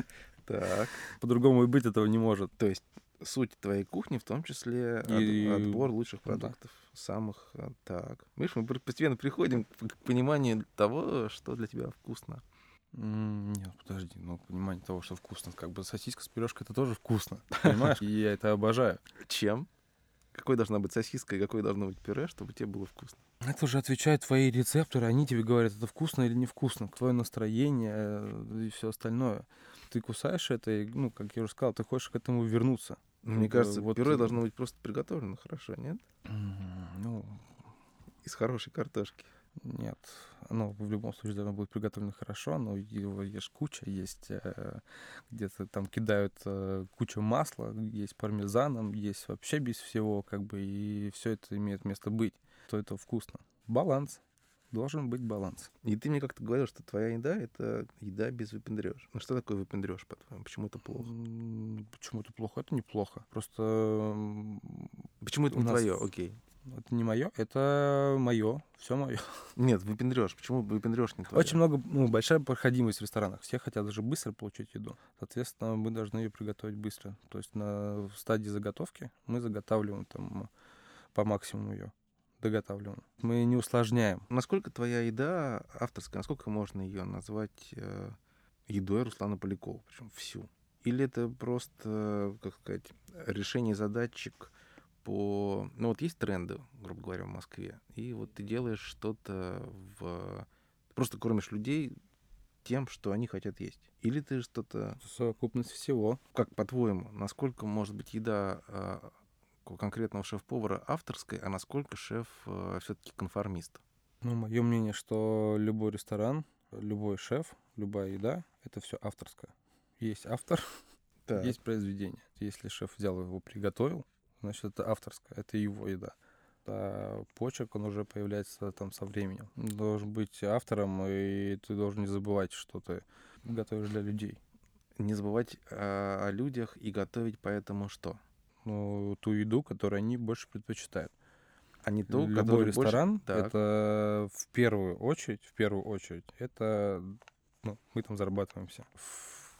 Speaker 2: Так.
Speaker 3: По-другому и быть этого не может.
Speaker 2: То есть суть твоей кухни в том числе от-
Speaker 3: И-
Speaker 2: отбор лучших
Speaker 3: да.
Speaker 2: продуктов, самых а, так. Видишь, мы пр- постепенно приходим к к пониманию того, что для тебя вкусно.
Speaker 3: М, Нет, подожди, ну понимание того, что вкусно. Как бы сосиска с пирожкой это тоже вкусно. Понимаешь? И я это обожаю.
Speaker 2: Чем? Какой должна быть сосиска и какое должно быть пюре, чтобы тебе было вкусно?
Speaker 3: Это уже отвечают твои рецепторы, они тебе говорят, это вкусно или невкусно, твое настроение э, и все остальное. Ты кусаешь это, и, ну, как я уже сказал, ты хочешь к этому вернуться.
Speaker 2: Ну, Мне
Speaker 3: Да,
Speaker 2: кажется,
Speaker 3: вот
Speaker 2: пюре
Speaker 3: и-
Speaker 2: должно быть просто приготовлено хорошо, нет?
Speaker 3: Ну,
Speaker 2: Из хорошей картошки.
Speaker 3: нет. Оно в любом случае должно будет приготовлено хорошо, но его есть куча, есть э, где-то там кидают э, кучу масла, есть пармезаном, есть вообще без всего, как бы, и все это имеет место быть. То это вкусно. Баланс. Должен быть баланс.
Speaker 2: И ты мне как-то говорил, что твоя еда — это еда без выпендрёж. Ну что такое выпендрёж, по-твоему? Почему это плохо?
Speaker 3: М, Почему это плохо? Это неплохо. Просто м,
Speaker 2: Почему это
Speaker 3: У
Speaker 2: не
Speaker 3: нас-
Speaker 2: твое? Окей.
Speaker 3: это не мое, это мое, все мое.
Speaker 2: Нет, выпендрёж. Почему выпендрёж не твое?
Speaker 3: Очень много, ну, большая проходимость в ресторанах. Все хотят даже быстро получить еду. Соответственно, мы должны ее приготовить быстро. То есть на в стадии заготовки мы заготавливаем там по максимуму ее. Доготавливаем. Мы не усложняем.
Speaker 2: Насколько твоя еда авторская, насколько можно ее назвать э, едой Руслана Полякова, причем всю? Или это просто, как сказать, решение задатчик по... Ну вот есть тренды, грубо говоря, в Москве, и вот ты делаешь что-то в... ты Просто кормишь людей тем, что они хотят есть. Или ты что-то...
Speaker 3: Совокупность всего.
Speaker 2: Как по-твоему, насколько может быть еда э, ко- конкретного шеф-повара авторской, а насколько шеф все-таки конформист?
Speaker 3: Ну, мое мнение, что любой ресторан, любой шеф, любая еда — это все авторское. Есть автор, Есть произведение. Если шеф взял его, приготовил, значит, это авторская, это его еда. А почерк, он уже появляется там со временем. Должен быть автором, и ты должен не забывать, что ты готовишь для людей.
Speaker 2: Не забывать а, о людях и готовить поэтому что?
Speaker 3: Ну, ту еду, которую они больше предпочитают.
Speaker 2: А не то,
Speaker 3: Любой
Speaker 2: который
Speaker 3: ресторан
Speaker 2: Так.
Speaker 3: это в первую очередь, в первую очередь, это ну, мы там зарабатываем все.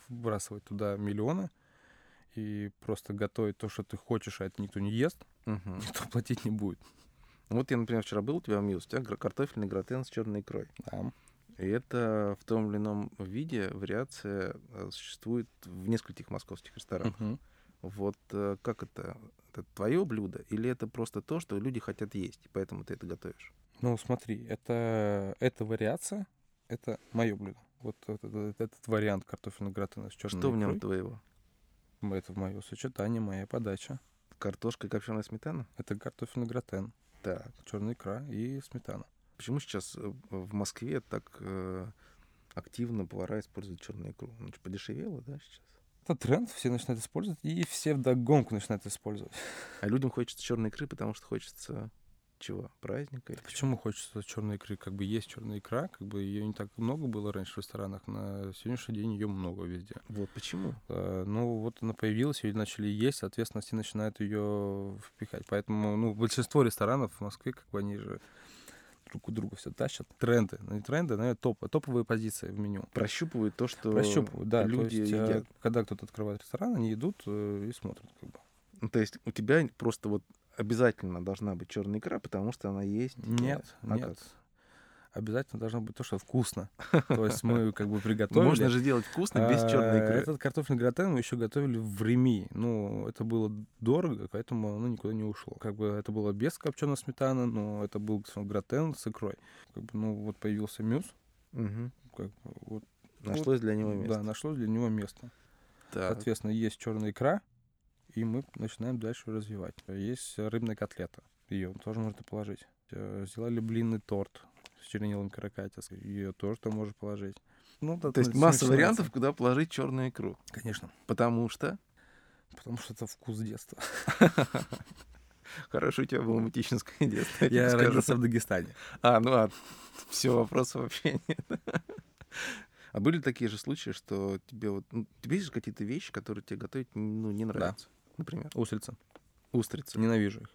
Speaker 3: Вбрасывать туда миллионы и просто готовить то, что ты хочешь, а это никто не ест,
Speaker 2: Больше... Мгм.
Speaker 3: никто платить не будет.
Speaker 2: Вот я, например, вчера был у тебя в Мьюз, у тебя гра- картофельный гратен с черной икрой.
Speaker 3: Там.
Speaker 2: И это в том или ином виде вариация э, существует в нескольких московских ресторанах.
Speaker 3: Мгм.
Speaker 2: Вот э, как это? Это твое блюдо или это просто то, что люди хотят есть, и поэтому ты это готовишь?
Speaker 3: Ну, смотри, это, это вариация, это мое блюдо. Вот, вот этот, этот вариант картофельного гратена с черной
Speaker 2: Что в нем твоего?
Speaker 3: Это мое сочетание, моя подача.
Speaker 2: Картошка и копченая сметана?
Speaker 3: Это картофельный гратен,
Speaker 2: Так.
Speaker 3: черная икра и сметана.
Speaker 2: Почему сейчас э, в Москве так э, активно повара используют черную икру? Она же подешевела, да, сейчас?
Speaker 3: Это тренд, все начинают использовать, и все вдогонку начинают использовать.
Speaker 2: А людям хочется черной икры, потому что хочется чего? Праздника? или чего?
Speaker 3: Почему хочется черной икры? Как бы есть черная икра, как бы ее не так много было раньше в ресторанах, на сегодняшний день ее много везде.
Speaker 2: Вот почему?
Speaker 3: Э, Ну, вот она появилась, ее начали есть, соответственно, все начинают ее впихать. Поэтому, ну, большинство ресторанов в Москве, как бы они же друг у друга все тащат. Тренды, ну не тренды, наверное, топ, топовые позиции в меню.
Speaker 2: Прощупывают то, что
Speaker 3: Прощупывают, да. то
Speaker 2: люди
Speaker 3: есть, э,
Speaker 2: едят.
Speaker 3: Когда кто-то открывает ресторан, они идут э, и смотрят, как бы.
Speaker 2: Ну, то есть у тебя просто вот обязательно должна быть черная икра, потому что она есть.
Speaker 3: Нет,
Speaker 2: А
Speaker 3: нет. Обязательно должно быть то, что вкусно. То есть мы как бы приготовили.
Speaker 2: Ну, Можно же делать вкусно без черной
Speaker 3: А,
Speaker 2: икры.
Speaker 3: Этот картофельный гратен мы еще готовили в Реми. Ну, это было дорого, поэтому оно никуда не ушло. Как бы это было без копченой сметаны, но это был всё равно гратен с икрой. Как бы, ну, вот появился мюс.
Speaker 2: Мгм.
Speaker 3: Как бы, вот,
Speaker 2: Нашлось для него место.
Speaker 3: Да, нашлось для него место.
Speaker 2: Так.
Speaker 3: Соответственно, есть черная икра, и мы начинаем дальше развивать. Есть рыбная котлета. Ее тоже можно положить. Э, Сделали блинный торт с чернилом каракатицы. Ее тоже там можно положить. Ну, да,
Speaker 2: То есть
Speaker 3: всё
Speaker 2: масса
Speaker 3: начинается.
Speaker 2: вариантов, куда положить черную икру.
Speaker 3: Конечно.
Speaker 2: Потому что
Speaker 3: Потому что это вкус детства.
Speaker 2: хорошо у тебя было мутичинское детство. тебе
Speaker 3: Я
Speaker 2: скажу.
Speaker 3: родился в Дагестане.
Speaker 2: А, ну а все, вопросов вообще нет. А были такие же случаи, что тебе вот... ну, тебе есть же какие-то вещи, которые тебе готовить ну, не нравятся? Например,
Speaker 3: Устрицы.
Speaker 2: устрицы.
Speaker 3: Ненавижу их.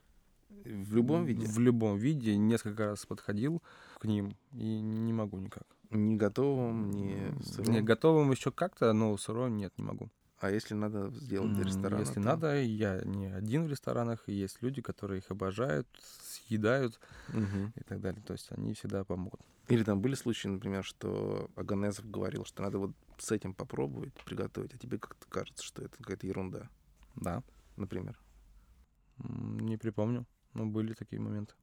Speaker 2: В любом виде?
Speaker 3: В любом виде. Несколько раз подходил к ним и не могу никак.
Speaker 2: Не готовом, не сыром?
Speaker 3: Не, готовым еще как-то, но сыром нет, не могу.
Speaker 2: А если надо сделать для
Speaker 3: М,
Speaker 2: ресторана?
Speaker 3: Если
Speaker 2: то-
Speaker 3: надо, я не один в ресторанах, и есть люди, которые их обожают, съедают
Speaker 2: Мгм.
Speaker 3: и так далее. То есть они всегда помогут.
Speaker 2: Или там были случаи, например, что Аганезов говорил, что надо вот с этим попробовать, приготовить, а тебе как-то кажется, что это какая-то ерунда,
Speaker 3: Да.
Speaker 2: например.
Speaker 3: М, Не припомню. но были такие моменты.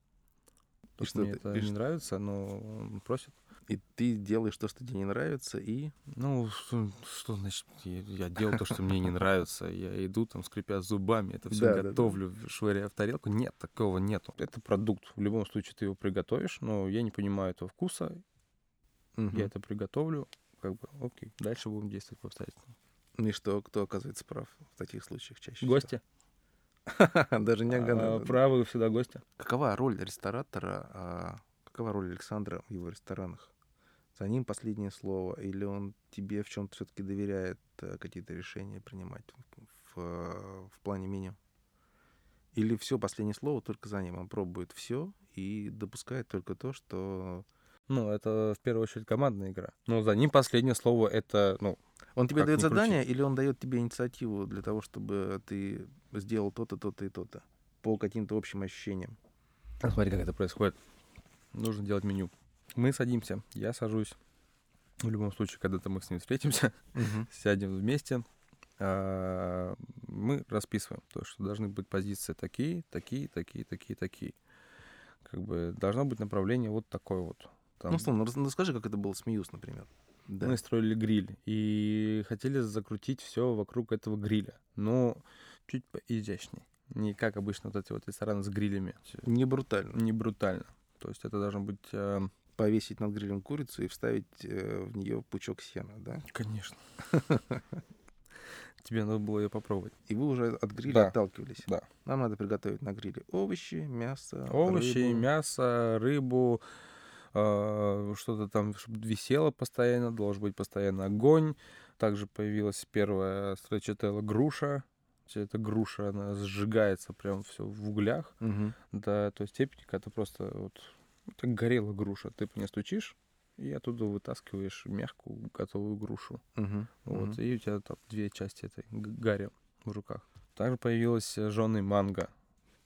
Speaker 3: То есть
Speaker 2: что
Speaker 3: мне
Speaker 2: ты-
Speaker 3: это
Speaker 2: и
Speaker 3: не
Speaker 2: что-
Speaker 3: нравится, но м, просят.
Speaker 2: И ты делаешь то, что тебе не нравится, и...
Speaker 3: Ну, что, что значит, я, я делал то, что мне не нравится. Я иду там, скрипя зубами, это все
Speaker 2: Да, да, да.
Speaker 3: готовлю, швыряя в тарелку. Нет, такого нету. Это продукт. В любом случае ты его приготовишь, но я не понимаю этого вкуса.
Speaker 2: Мгм.
Speaker 3: Я это приготовлю. Как бы, окей, дальше будем действовать по обстоятельствам.
Speaker 2: Ну и что, кто оказывается прав в таких случаях чаще всего?
Speaker 3: Гости.
Speaker 2: Даже не
Speaker 3: А,
Speaker 2: Аганезов.
Speaker 3: Правы всегда гости.
Speaker 2: Какова роль ресторатора, а, какова роль Александра в его ресторанах? За ним последнее слово, или он тебе в чем-то все-таки доверяет э, какие-то решения принимать в, э, в плане меню? Или все последнее слово только за ним? Он пробует все и допускает только то, что
Speaker 3: Ну, это в первую очередь командная игра. Но за ним последнее слово это, ну,
Speaker 2: он тебе
Speaker 3: Как
Speaker 2: дает
Speaker 3: ни крути.
Speaker 2: задание, или он дает тебе инициативу для того, чтобы ты сделал то-то, то-то и то-то по каким-то общим ощущениям.
Speaker 3: смотри, как это происходит. Нужно делать меню. Мы садимся, я сажусь. В любом случае, когда-то мы с ним встретимся. сядем вместе, а, мы расписываем то, что должны быть позиции такие, такие, такие, такие, такие. Как бы должно быть направление вот такое вот. Там
Speaker 2: Ну, условно, рас- расскажи, как это было с Мьюз, например. Ну, Да.
Speaker 3: мы строили гриль и хотели закрутить все вокруг этого гриля, но чуть поизящнее. Не как обычно вот эти вот рестораны с грилями,
Speaker 2: Не брутально.
Speaker 3: не брутально. То есть это должно быть, э,
Speaker 2: Повесить над грилем курицу и вставить э, в нее пучок сена, да?
Speaker 3: конечно, Тебе надо было ее попробовать.
Speaker 2: И вы уже от гриля
Speaker 3: Да.
Speaker 2: отталкивались.
Speaker 3: Да.
Speaker 2: Нам надо приготовить на гриле овощи, мясо,
Speaker 3: Овощи,
Speaker 2: рыбу.
Speaker 3: мясо, рыбу, э, что-то там, чтобы висело постоянно, должен быть постоянно огонь. Также появилась первая строчетела груша. Вся Эта груша, она сжигается прям все в углях
Speaker 2: Мгм.
Speaker 3: до той степени, когда ты просто вот как горела груша, ты по ней стучишь, и оттуда вытаскиваешь мягкую готовую грушу.
Speaker 2: Мгм.
Speaker 3: Вот,
Speaker 2: Мгм.
Speaker 3: и у тебя там две части этой г- гари в руках. Также появилась э, жжёный манго,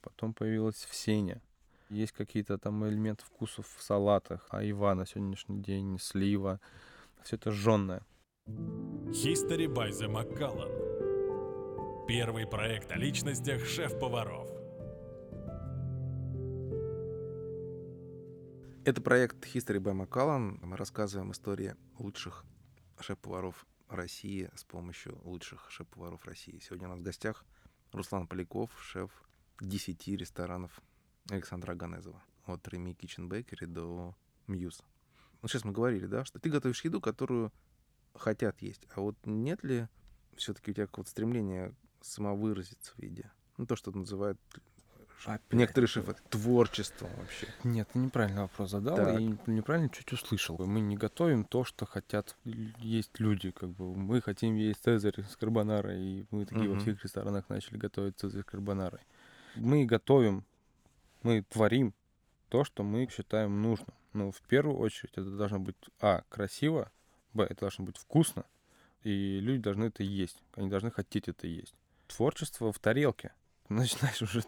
Speaker 3: потом появилась в сене. Есть какие-то там элементы вкусов в салатах, айва на сегодняшний день, слива. Все это жженое.
Speaker 1: History by the Macallan. Первый проект о личностях шеф-поваров.
Speaker 2: Это проект History by Macallan. Мы рассказываем истории лучших шеф-поваров России с помощью лучших шеф-поваров России. Сегодня у нас в гостях Руслан Поляков, шеф 10 ресторанов Александра Аганезова. От Реми Kitchen Bakery до Мьюз. Ну, сейчас мы говорили, да, что ты готовишь еду, которую хотят есть. А вот нет ли все-таки у тебя какого-то стремления самовыразиться в еде? Ну, то, что называют ш-
Speaker 3: Опять.
Speaker 2: некоторые шефы творчеством вообще.
Speaker 3: Нет, ты неправильный вопрос задал
Speaker 2: Так.
Speaker 3: и неправильно чуть услышал. Мы не готовим то, что хотят л- есть люди. Как бы мы хотим есть цезарь с карбонарой, и мы такие во
Speaker 2: Мгм.
Speaker 3: всех ресторанах начали готовить цезарь с карбонарой. Мы готовим, мы творим то, что мы считаем нужным. Но в первую очередь это должно быть а красиво, б это должно быть вкусно, и люди должны это есть. Они должны хотеть это есть. Творчество в тарелке. Начинаешь уже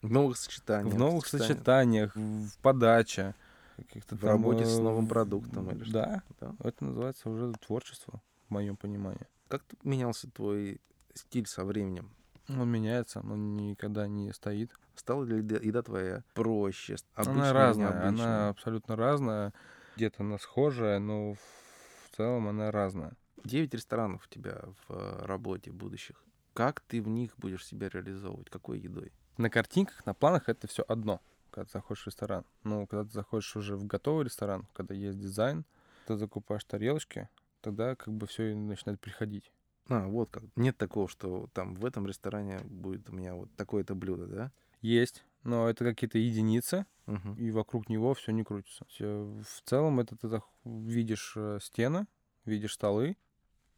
Speaker 2: В новых сочетаниях.
Speaker 3: в новых
Speaker 2: сочетаниях.
Speaker 3: сочетаниях, в подаче, каких-то
Speaker 2: В
Speaker 3: там,
Speaker 2: работе с
Speaker 3: э,
Speaker 2: новым продуктом или что-то,
Speaker 3: Да,
Speaker 2: да?
Speaker 3: это называется уже творчество, в моем понимании.
Speaker 2: Как т- менялся твой стиль со временем?
Speaker 3: Он меняется, но никогда не стоит.
Speaker 2: Стала ли еда- еда твоя проще? с-
Speaker 3: она
Speaker 2: обычная,
Speaker 3: разная,
Speaker 2: необычная?
Speaker 3: она абсолютно разная. Где-то она схожая, но в целом она разная.
Speaker 2: Девять ресторанов у тебя в э, работе будущих. Как ты в них будешь себя реализовывать? Какой едой?
Speaker 3: На картинках, на планах это все одно, когда ты заходишь в ресторан. Но когда ты заходишь уже в готовый ресторан, когда есть дизайн, ты закупаешь тарелочки, тогда как бы все начинает приходить.
Speaker 2: А, вот как. Нет такого, что там в этом ресторане будет у меня вот такое-то блюдо, да?
Speaker 3: Есть, но это какие-то единицы,
Speaker 2: Мгм.
Speaker 3: и вокруг него все не крутится. Всё- В целом это ты зах- видишь э, стены, видишь столы,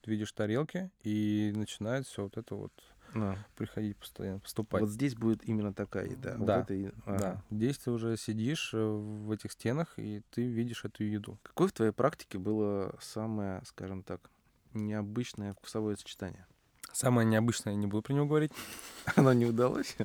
Speaker 3: видишь тарелки, и начинает все вот это вот
Speaker 2: Да.
Speaker 3: приходить постоянно, поступать.
Speaker 2: Вот здесь будет именно такая еда. вот
Speaker 3: Да,
Speaker 2: это и- а.
Speaker 3: Да. Здесь ты уже сидишь э, в этих стенах, и ты видишь эту еду.
Speaker 2: Какое в твоей практике было самое, скажем так, необычное вкусовое сочетание?
Speaker 3: Самое необычное, я не буду про него говорить.
Speaker 2: Оно не удалось?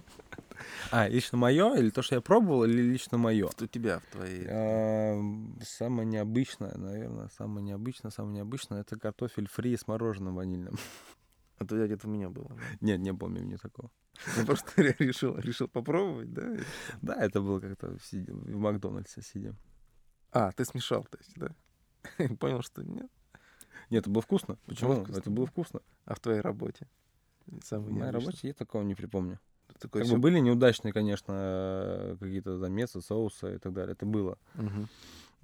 Speaker 3: А, лично мое, или то, что я пробовал, или лично мое?
Speaker 2: Вот у тебя в твоей...
Speaker 3: Эм, Самое необычное, наверное, самое необычное, самое необычное, это картофель фри с мороженым ванильным.
Speaker 2: Это А где-то у меня было.
Speaker 3: Нет, не было мне такого.
Speaker 2: Я просто ре- решил, решил попробовать, да? и-
Speaker 3: Да, это было как-то сидя- в Макдональдсе сидим.
Speaker 2: А, ты смешал, то есть, да? И понял, что нет.
Speaker 3: Нет, это было вкусно. Почему?
Speaker 2: вкусно,
Speaker 3: это было
Speaker 2: да.
Speaker 3: вкусно.
Speaker 2: А в твоей работе? Самое
Speaker 3: В моей
Speaker 2: необычное.
Speaker 3: работе я такого не припомню.
Speaker 2: Такое
Speaker 3: Как бы
Speaker 2: всё-
Speaker 3: были неудачные, конечно, э, какие-то замесы, соусы и так далее. Это было.
Speaker 2: Мгм.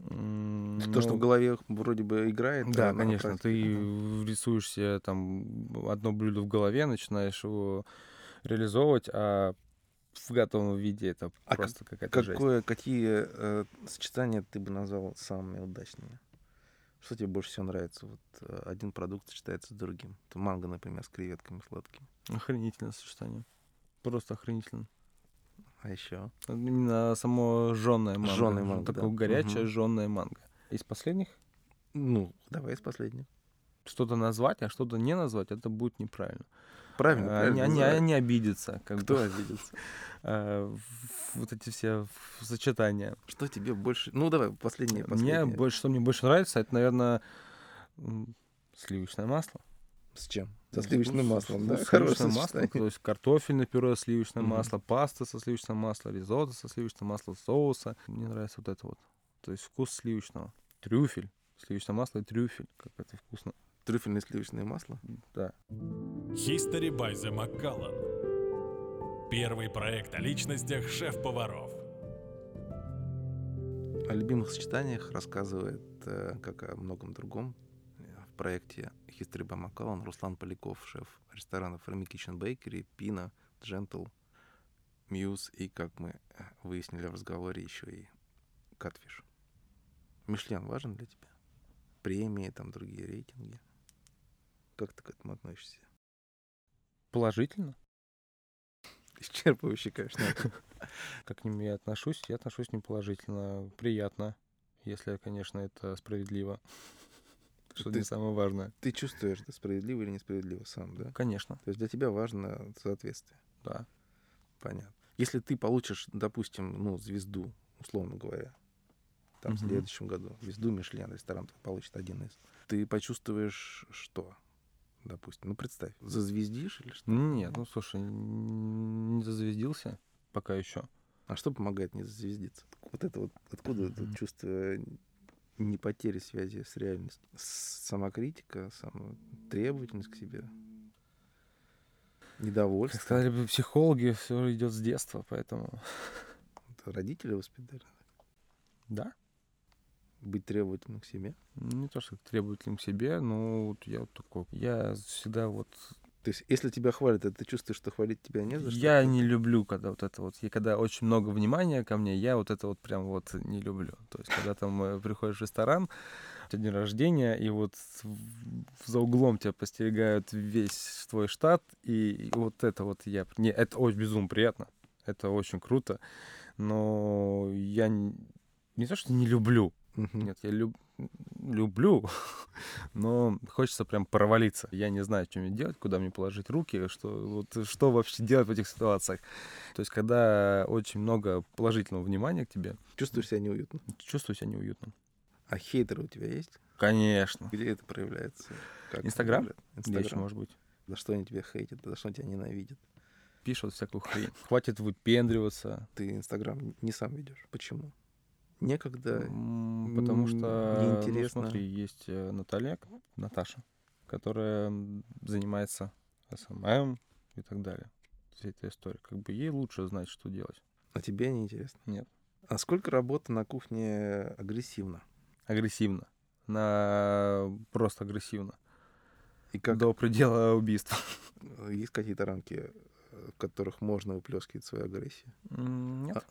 Speaker 3: М,
Speaker 2: То, что
Speaker 3: ну,
Speaker 2: в голове вроде бы играет. а
Speaker 3: Да,
Speaker 2: на
Speaker 3: конечно.
Speaker 2: практике-
Speaker 3: Ты
Speaker 2: Мгм.
Speaker 3: рисуешь себе там одно блюдо в голове, начинаешь его реализовывать, а в готовом виде это
Speaker 2: А
Speaker 3: просто какая-то жесть.
Speaker 2: Какое, какие э, сочетания ты бы назвал самыми удачными? Что тебе больше всего нравится? Вот э, один продукт сочетается с другим. Это манго, например, с креветками сладкими.
Speaker 3: Охренительное сочетание. Просто охренительно.
Speaker 2: А еще?
Speaker 3: Именно само жженое манго.
Speaker 2: Жжёное
Speaker 3: Ж-
Speaker 2: манго,
Speaker 3: Такое
Speaker 2: да.
Speaker 3: горячее
Speaker 2: Мгм.
Speaker 3: жженое манго. Из последних
Speaker 2: Ну, давай из последнего.
Speaker 3: что-то назвать, а что-то не назвать, это будет неправильно.
Speaker 2: Правильно,
Speaker 3: А,
Speaker 2: правильно.
Speaker 3: они, они,
Speaker 2: называй.
Speaker 3: они обидятся. Как
Speaker 2: Кто
Speaker 3: бы.
Speaker 2: обидится?
Speaker 3: А, в- вот эти все в- сочетания.
Speaker 2: Что тебе больше... Ну, давай, последнее,
Speaker 3: Мне
Speaker 2: последнее.
Speaker 3: больше, что мне больше нравится, это, наверное, сливочное масло.
Speaker 2: С чем? Со сливочным
Speaker 3: Ну, с-
Speaker 2: маслом,
Speaker 3: ну,
Speaker 2: да?
Speaker 3: с
Speaker 2: Хорошее
Speaker 3: сливочным маслом,
Speaker 2: сочетание.
Speaker 3: то есть картофельное пюре, сливочное
Speaker 2: Мгм.
Speaker 3: масло, паста со сливочным маслом, ризотто со сливочным маслом, соуса. Мне нравится вот это вот. То есть вкус сливочного. Трюфель. Сливочное масло и трюфель. Как это вкусно.
Speaker 2: Трюфельное сливочное масло.
Speaker 3: Да.
Speaker 1: History by the Macallan. Первый проект о личностях шеф-поваров.
Speaker 2: О любимых сочетаниях рассказывает, э, как о многом другом, э, в проекте History by Macallan Руслан Поляков, шеф ресторанов Remy Kitchen Bakery, Pina, Gentle, Muse и, как мы э, выяснили в разговоре, еще и Catfish. Мишлен важен для тебя? Премии, там другие рейтинги? Как ты к этому относишься?
Speaker 3: Положительно.
Speaker 2: Исчерпывающий, конечно. ответ.
Speaker 3: Как к ним я отношусь, я отношусь к ним положительно. Приятно, если, конечно, это справедливо. Что
Speaker 2: Ты-
Speaker 3: не самое важное.
Speaker 2: Ты чувствуешь, да, справедливо или несправедливо сам, да?
Speaker 3: Конечно,
Speaker 2: То есть для тебя важно соответствие.
Speaker 3: да.
Speaker 2: Понятно. Если ты получишь, допустим, ну, звезду, условно говоря, там, в
Speaker 3: Мгм.
Speaker 2: следующем году, звезду Мишлен, ресторан твой получит один из, ты почувствуешь что, допустим? Ну, представь, зазвездишь или что?
Speaker 3: Нет, ну слушай, н- не зазвездился пока еще.
Speaker 2: А что помогает не зазвездиться? Вот это вот, откуда это
Speaker 3: Мгм.
Speaker 2: чувство не потери связи с реальностью? С- Самокритика, само... требовательность к себе,
Speaker 3: Как
Speaker 2: недовольство.
Speaker 3: сказали бы психологи, все идет с детства, поэтому.
Speaker 2: Это Родители воспитали.
Speaker 3: Да.
Speaker 2: Быть требовательным к себе.
Speaker 3: Не то, что требователен к себе, но вот я вот такой. Я всегда вот...
Speaker 2: То есть, если тебя хвалят, а ты чувствуешь, что хвалить тебя не за что?
Speaker 3: я
Speaker 2: то-
Speaker 3: не люблю, когда вот это вот... И когда очень много внимания ко мне, я вот это вот прям вот не люблю. То есть, когда там э, приходишь в ресторан, у тебя день рождения, и вот в- за углом тебя постерегают весь твой штат, и вот это вот я... Не, это очень безумно приятно. Это очень круто. Но я н- не то, что не люблю,
Speaker 2: Мгм.
Speaker 3: Нет, я люб- люблю, но хочется прям провалиться. Я не знаю, что мне делать, куда мне положить руки, что, вот, что вообще делать в этих ситуациях. То есть, когда очень много положительного внимания к тебе,
Speaker 2: Чувствуешь себя неуютно.
Speaker 3: чувствую себя неуютно.
Speaker 2: А хейтеры у тебя есть?
Speaker 3: Конечно.
Speaker 2: Где это проявляется? Как это
Speaker 3: Инстаграм?
Speaker 2: проявляется?
Speaker 3: Где еще
Speaker 2: Инстаграм.
Speaker 3: может быть?
Speaker 2: За что они тебя хейтят? За что они тебя ненавидят?
Speaker 3: Пишут всякую хрень. Хватит выпендриваться.
Speaker 2: Ты Инстаграм не сам ведешь. Почему? Некогда.
Speaker 3: М, Потому что, ну,
Speaker 2: неинтересно.
Speaker 3: смотри, есть э, Наталья, Наташа, которая м, занимается СММ и так далее. Вся эта история. Как бы ей лучше знать, что делать.
Speaker 2: А тебе неинтересно?
Speaker 3: Нет.
Speaker 2: А сколько работа на кухне агрессивна?
Speaker 3: агрессивно. На просто агрессивно.
Speaker 2: И как
Speaker 3: До предела убийства.
Speaker 2: э, есть какие-то рамки, э, в которых можно выплескивать свою агрессию?
Speaker 3: М, Нет.
Speaker 2: Нет?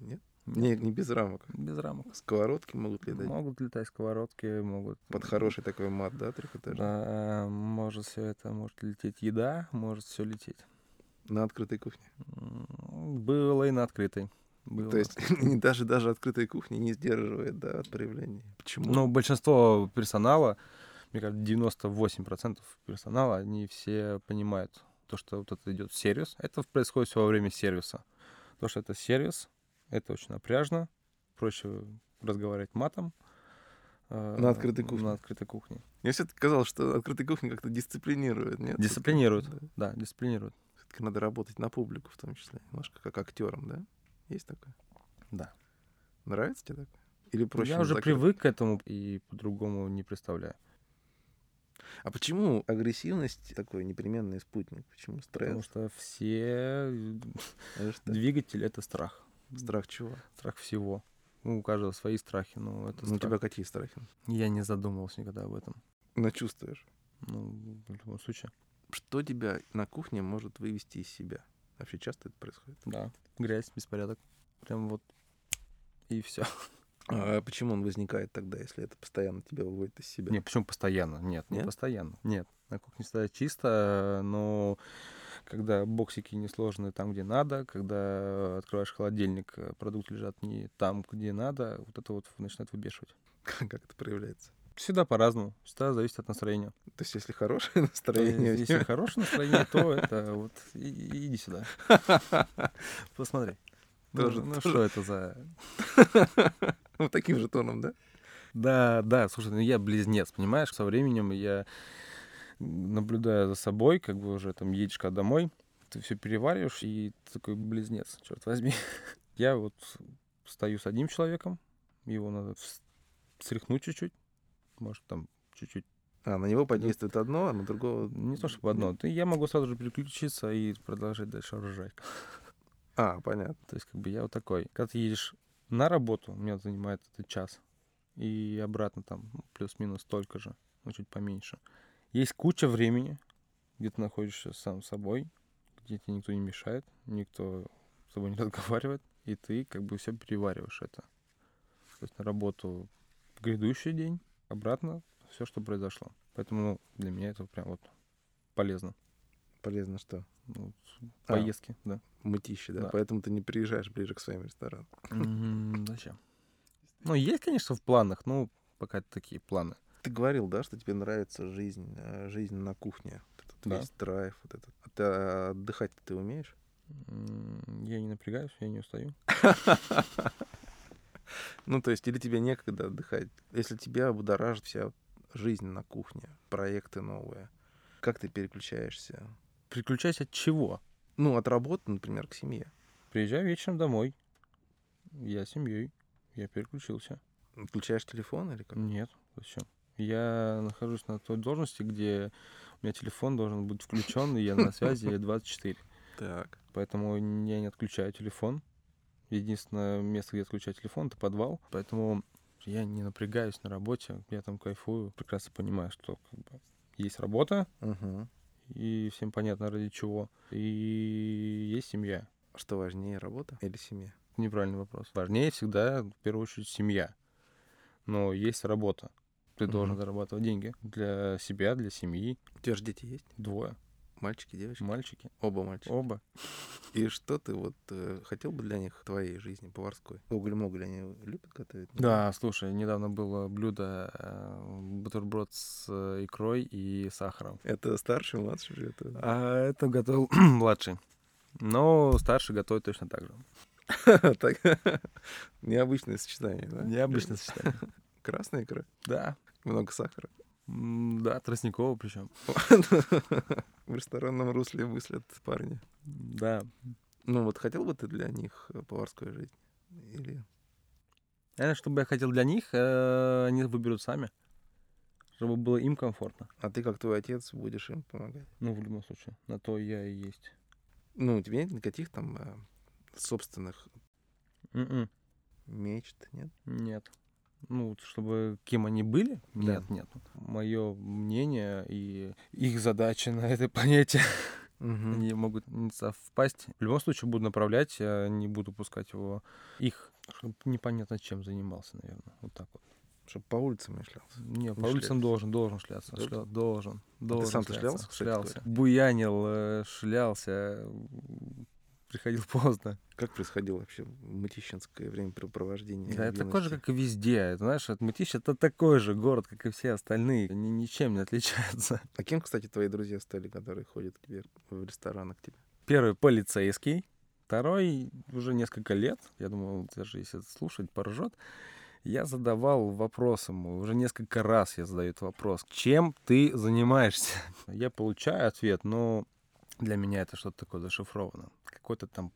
Speaker 3: Нет.
Speaker 2: Не, не без рамок.
Speaker 3: Без рамок.
Speaker 2: Сковородки могут летать.
Speaker 3: Могут летать сковородки, могут...
Speaker 2: Под хороший такой мат, да, трикотажный?
Speaker 3: Да, может все это, может лететь еда, может все лететь.
Speaker 2: На открытой кухне.
Speaker 3: М, Было и на открытой. Было.
Speaker 2: То есть не даже, даже открытая кухня не сдерживает да, от проявления. Почему?
Speaker 3: Ну, большинство персонала, мне кажется, 98% персонала, они все понимают то, что вот это идет сервис. Это происходит все во время сервиса. То, что это сервис, это очень напряжно. Проще разговаривать матом. э,
Speaker 2: На открытой кухне.
Speaker 3: На открытой кухне.
Speaker 2: Мне все-таки казалось, что открытая кухня как-то дисциплинирует. Нет?
Speaker 3: Дисциплинирует.
Speaker 2: Да.
Speaker 3: Да, дисциплинируют.
Speaker 2: Все-таки надо работать на публику в том числе. Немножко как актером, да? Есть такое?
Speaker 3: Да.
Speaker 2: Нравится тебе такое? Или проще?
Speaker 3: Я
Speaker 2: на
Speaker 3: уже
Speaker 2: закрыт-
Speaker 3: привык к этому и по-другому не представляю.
Speaker 2: А почему агрессивность такой непременный спутник? Почему
Speaker 3: Потому
Speaker 2: стресс?
Speaker 3: что все
Speaker 2: Это что?
Speaker 3: двигатели — это страх.
Speaker 2: Страх чего?
Speaker 3: Страх всего. Ну, у каждого свои страхи, но это
Speaker 2: Ну, у
Speaker 3: страх.
Speaker 2: тебя какие страхи?
Speaker 3: Я не задумывался никогда об этом.
Speaker 2: Ну, чувствуешь.
Speaker 3: Ну, в любом случае.
Speaker 2: Что тебя на кухне может вывести из себя? Вообще часто это происходит?
Speaker 3: Да. Грязь, беспорядок. Прям вот. И все.
Speaker 2: А почему он возникает тогда, если это постоянно тебя выводит из себя?
Speaker 3: Не, почему постоянно? Нет, не
Speaker 2: Нет?
Speaker 3: постоянно. Нет. На кухне всегда чисто, но когда боксики не сложены там, где надо, когда открываешь холодильник, э, продукты лежат не там, где надо, вот это вот начинает выбешивать.
Speaker 2: Как это проявляется?
Speaker 3: Всегда по-разному. Всегда зависит от настроения.
Speaker 2: То есть, если хорошее настроение,
Speaker 3: Если хорошее настроение, то это вот... и- и- Иди сюда. Посмотри. Ну,
Speaker 2: Тоже-
Speaker 3: ну
Speaker 2: тоже.
Speaker 3: что это за
Speaker 2: вот таким же тоном, да?
Speaker 3: Да, да, слушай, ну я близнец, понимаешь, со временем я наблюдаю за собой, как бы уже там едешь когда домой, ты все перевариваешь, и ты такой близнец, черт возьми. Я вот стою с одним человеком, его надо вс- встряхнуть чуть-чуть, может там чуть-чуть,
Speaker 2: А на него подействует одно, а на другого...
Speaker 3: не то чтобы одно, ты, я могу сразу же переключиться и продолжать дальше ржать.
Speaker 2: А, понятно.
Speaker 3: То есть, как бы я вот такой. Когда ты едешь на работу, у меня занимает это час. и обратно там ну, плюс-минус столько же, ну, чуть поменьше. Есть куча времени, где ты находишься сам с собой, где тебе никто не мешает, никто с тобой не разговаривает, и ты как бы все перевариваешь это. То есть на работу в грядущий день, обратно все, что произошло. Поэтому ну, для меня это прям вот полезно.
Speaker 2: Полезно что?
Speaker 3: Ну, с-
Speaker 2: А.
Speaker 3: поездки, да.
Speaker 2: Мытище, да?
Speaker 3: Да.
Speaker 2: Поэтому ты не приезжаешь ближе к своим ресторанам.
Speaker 3: М, Зачем? Ну, есть, конечно, в планах, ну, пока это такие планы.
Speaker 2: Ты говорил, да, что тебе нравится жизнь, э, жизнь на кухне. Вот Этот
Speaker 3: Да.
Speaker 2: весь драйв, вот этот. А ты, а, отдыхать ты умеешь?
Speaker 3: М, Я не напрягаюсь, я не устаю.
Speaker 2: Ну, то есть, или тебе некогда отдыхать? Если тебя будоражит вся жизнь на кухне, проекты новые, как ты переключаешься?
Speaker 3: Переключаюсь от чего?
Speaker 2: Ну, от работы, например, к семье.
Speaker 3: Приезжаю вечером домой. Я с семьей. Я переключился.
Speaker 2: Включаешь телефон или как?
Speaker 3: Нет, зачем? Я нахожусь на той должности, где у меня телефон должен быть включен, и я на связи 24.
Speaker 2: Так.
Speaker 3: Поэтому я не отключаю телефон. Единственное место, где отключаю телефон, это подвал. Поэтому я не напрягаюсь на работе, я там кайфую. Прекрасно понимаю, что как бы, есть работа,
Speaker 2: Мгм.
Speaker 3: и всем понятно ради чего. И есть семья.
Speaker 2: Что важнее, работа или семья?
Speaker 3: Неправильный вопрос. Важнее всегда, в первую очередь, семья. Но есть работа. Ты должен
Speaker 2: Мгм.
Speaker 3: зарабатывать деньги для себя, для семьи.
Speaker 2: У тебя же дети есть?
Speaker 3: Двое.
Speaker 2: Мальчики, девочки?
Speaker 3: Мальчики.
Speaker 2: Оба мальчика.
Speaker 3: Оба.
Speaker 2: И что ты вот э, хотел бы для них твоей жизни поварской? Уголь-моголь они любят готовить?
Speaker 3: Да, слушай, недавно было блюдо э, бутерброд с э, икрой и сахаром.
Speaker 2: Это старший, младший живет?
Speaker 3: А это готовил младший. Но старший готовит точно так же.
Speaker 2: Так, необычное сочетание, да?
Speaker 3: Необычно сочетание.
Speaker 2: Красная икра,
Speaker 3: Э, Да.
Speaker 2: много сахара.
Speaker 3: М, Да, тростникового причем.
Speaker 2: В ресторанном русле мыслят парни.
Speaker 3: Да.
Speaker 2: Ну вот хотел бы ты для них э, поварскую жизнь? Или...
Speaker 3: Наверное, Э, что бы я хотел для них, э, они выберут сами. Чтобы было им комфортно.
Speaker 2: А ты, как твой отец, будешь им помогать?
Speaker 3: Ну, в любом случае, на то я и есть.
Speaker 2: Ну, у тебя нет никаких там э, собственных
Speaker 3: Мгм.
Speaker 2: мечт, нет?
Speaker 3: Нет. Ну, вот чтобы кем они были?
Speaker 2: Да.
Speaker 3: Нет, нет. Мое мнение и их задачи на этой планете,
Speaker 2: Мгм.
Speaker 3: они могут не совпасть. В любом случае буду направлять, я не буду пускать его их. Чтоб непонятно чем занимался, наверное. Вот так вот.
Speaker 2: Чтобы по улицам я шлялся.
Speaker 3: Не, по
Speaker 2: Не
Speaker 3: улицам
Speaker 2: шляться.
Speaker 3: должен, должен шляться.
Speaker 2: Должен?
Speaker 3: шля- должен. Должен.
Speaker 2: сам-то шлялся, кстати,
Speaker 3: Шлялся.
Speaker 2: говоря?
Speaker 3: Буянил, э, шлялся. м, Приходил поздно.
Speaker 2: Как происходило вообще мытищинское времяпрепровождение?
Speaker 3: Да,
Speaker 2: в
Speaker 3: это такой же,
Speaker 2: юности?
Speaker 3: как и везде. Это, знаешь, вот Мытищ это такой же город, как и все остальные. Они ничем не отличаются.
Speaker 2: А кем, кстати, твои друзья стали, которые ходят к тебе в Типа, рестораны к тебе?
Speaker 3: Первый полицейский, второй уже несколько лет. Я думал, даже если это слушать, поржет. Я задавал вопрос ему, уже несколько раз я задаю этот вопрос. Чем ты занимаешься? Я получаю ответ, но для меня это что-то такое зашифровано. Какой-то там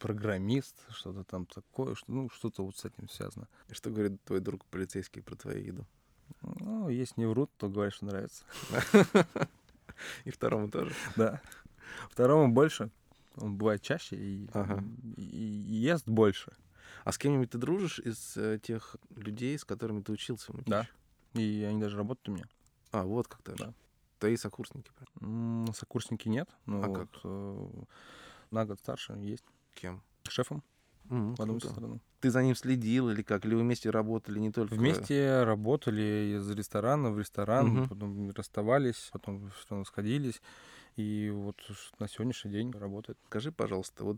Speaker 3: программист, что-то там такое, что, ну, что-то вот с этим связано.
Speaker 2: И Что говорит твой друг полицейский про твою еду?
Speaker 3: Ну, если не врут, то говорят, что нравится.
Speaker 2: И второму тоже.
Speaker 3: Да. Второму больше. Он бывает чаще и,
Speaker 2: Ага.
Speaker 3: и- и ест больше.
Speaker 2: А с кем-нибудь ты дружишь из э, тех людей, с которыми ты учился? в
Speaker 3: Да.
Speaker 2: Мытищах?
Speaker 3: И они даже работают у меня.
Speaker 2: А, вот как даже.
Speaker 3: Да.
Speaker 2: Твои сокурсники прям.
Speaker 3: М, Сокурсники нет. Ну,
Speaker 2: А
Speaker 3: вот,
Speaker 2: как?
Speaker 3: э, на год старше есть.
Speaker 2: Кем?
Speaker 3: Шефом
Speaker 2: М,
Speaker 3: в одном
Speaker 2: круто.
Speaker 3: сторону.
Speaker 2: Ты за ним следил или как? Или вы вместе работали не только?
Speaker 3: Вместе работали из ресторана в ресторан,
Speaker 2: Мгм.
Speaker 3: потом расставались, потом что расходились. И вот ш- на сегодняшний день работает.
Speaker 2: Скажи, пожалуйста, вот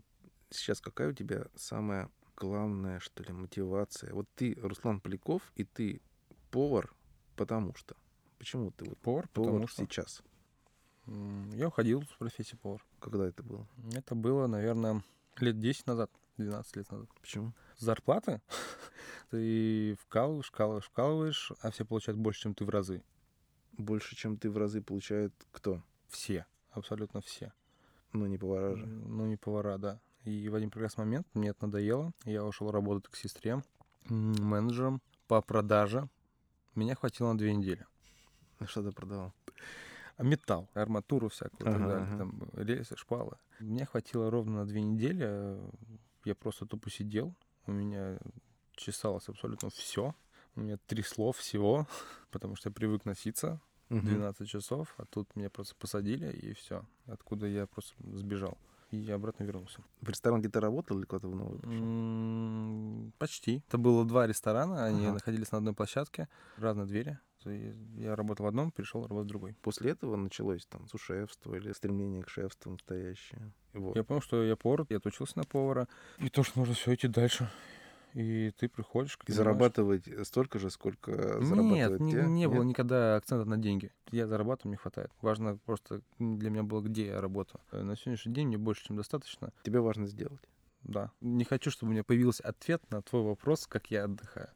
Speaker 2: сейчас какая у тебя самая главная, что ли, мотивация? Вот ты Руслан Поляков, и ты повар, потому что. Почему ты вот
Speaker 3: Повар,
Speaker 2: повар
Speaker 3: потому что
Speaker 2: сейчас?
Speaker 3: м, я уходил с профессии повар.
Speaker 2: Когда это было?
Speaker 3: Это было, наверное, лет 10 назад, 12 лет назад.
Speaker 2: Почему?
Speaker 3: зарплаты, ты вкалываешь, вкалываешь, вкалываешь, а все получают больше, чем ты в разы.
Speaker 2: Больше, чем ты в разы получает кто?
Speaker 3: Все, абсолютно все.
Speaker 2: Ну, не повара же.
Speaker 3: Ну, не повара, да. И в один прекрасный момент мне это надоело. Я ушел работать к сестре, м, менеджером по продаже. Меня хватило на две недели.
Speaker 2: А Что ты продавал?
Speaker 3: А металл, арматуру всякую, и так
Speaker 2: Ага,
Speaker 3: далее,
Speaker 2: ага.
Speaker 3: там, рельсы, шпалы. Мне хватило ровно на две недели. э, Я просто тупо сидел. У меня чесалось абсолютно все. У меня трясло всего, потому что я привык носиться
Speaker 2: Мгм.
Speaker 3: 12 часов, а тут меня просто посадили, и все. Откуда я просто сбежал. И я обратно вернулся.
Speaker 2: В ресторан, где ты работал, или куда-то в новый?
Speaker 3: М, М-м, Почти. Это было два ресторана, они
Speaker 2: Ага.
Speaker 3: находились на одной площадке, разные двери. То есть Я работал в одном, перешел работать в другой.
Speaker 2: После этого началось там сушевство или стремление к шефству настоящее. Вот.
Speaker 3: Я понял, что я повар, я отучился на повара. И то, что нужно все идти дальше. И ты приходишь...
Speaker 2: И
Speaker 3: понимаешь-
Speaker 2: зарабатывать столько же, сколько
Speaker 3: Нет,
Speaker 2: зарабатывают
Speaker 3: не,
Speaker 2: те?
Speaker 3: не было
Speaker 2: Нет?
Speaker 3: никогда акцента на деньги. Я зарабатываю, мне хватает. Важно просто для меня было, где я работаю. Э, На сегодняшний день мне больше, чем достаточно.
Speaker 2: Тебе важно сделать.
Speaker 3: Да. Не хочу, чтобы у меня появился ответ на твой вопрос, как я отдыхаю.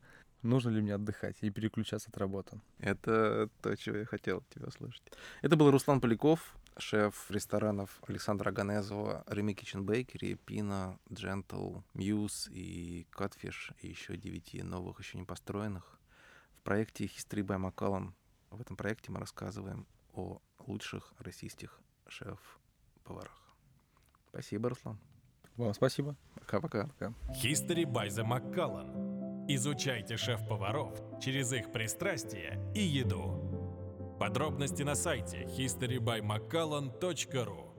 Speaker 3: Нужно ли мне отдыхать и переключаться от работы?
Speaker 2: Это то, чего я хотел от тебя слышать. Это был Руслан Поляков, шеф ресторанов Александра Аганезова, Remy Kitchen Bakery, Pina, Gentle, Muse и Catfish, и еще девяти новых, еще не построенных. В проекте History by McCallum. В этом проекте мы рассказываем о лучших российских шеф-поварах. Спасибо, Руслан.
Speaker 3: Вам спасибо.
Speaker 2: Пока-пока.
Speaker 1: History by the Macallan. Изучайте шеф-поваров через их пристрастие и еду. Подробности на сайте historybymacallan.ru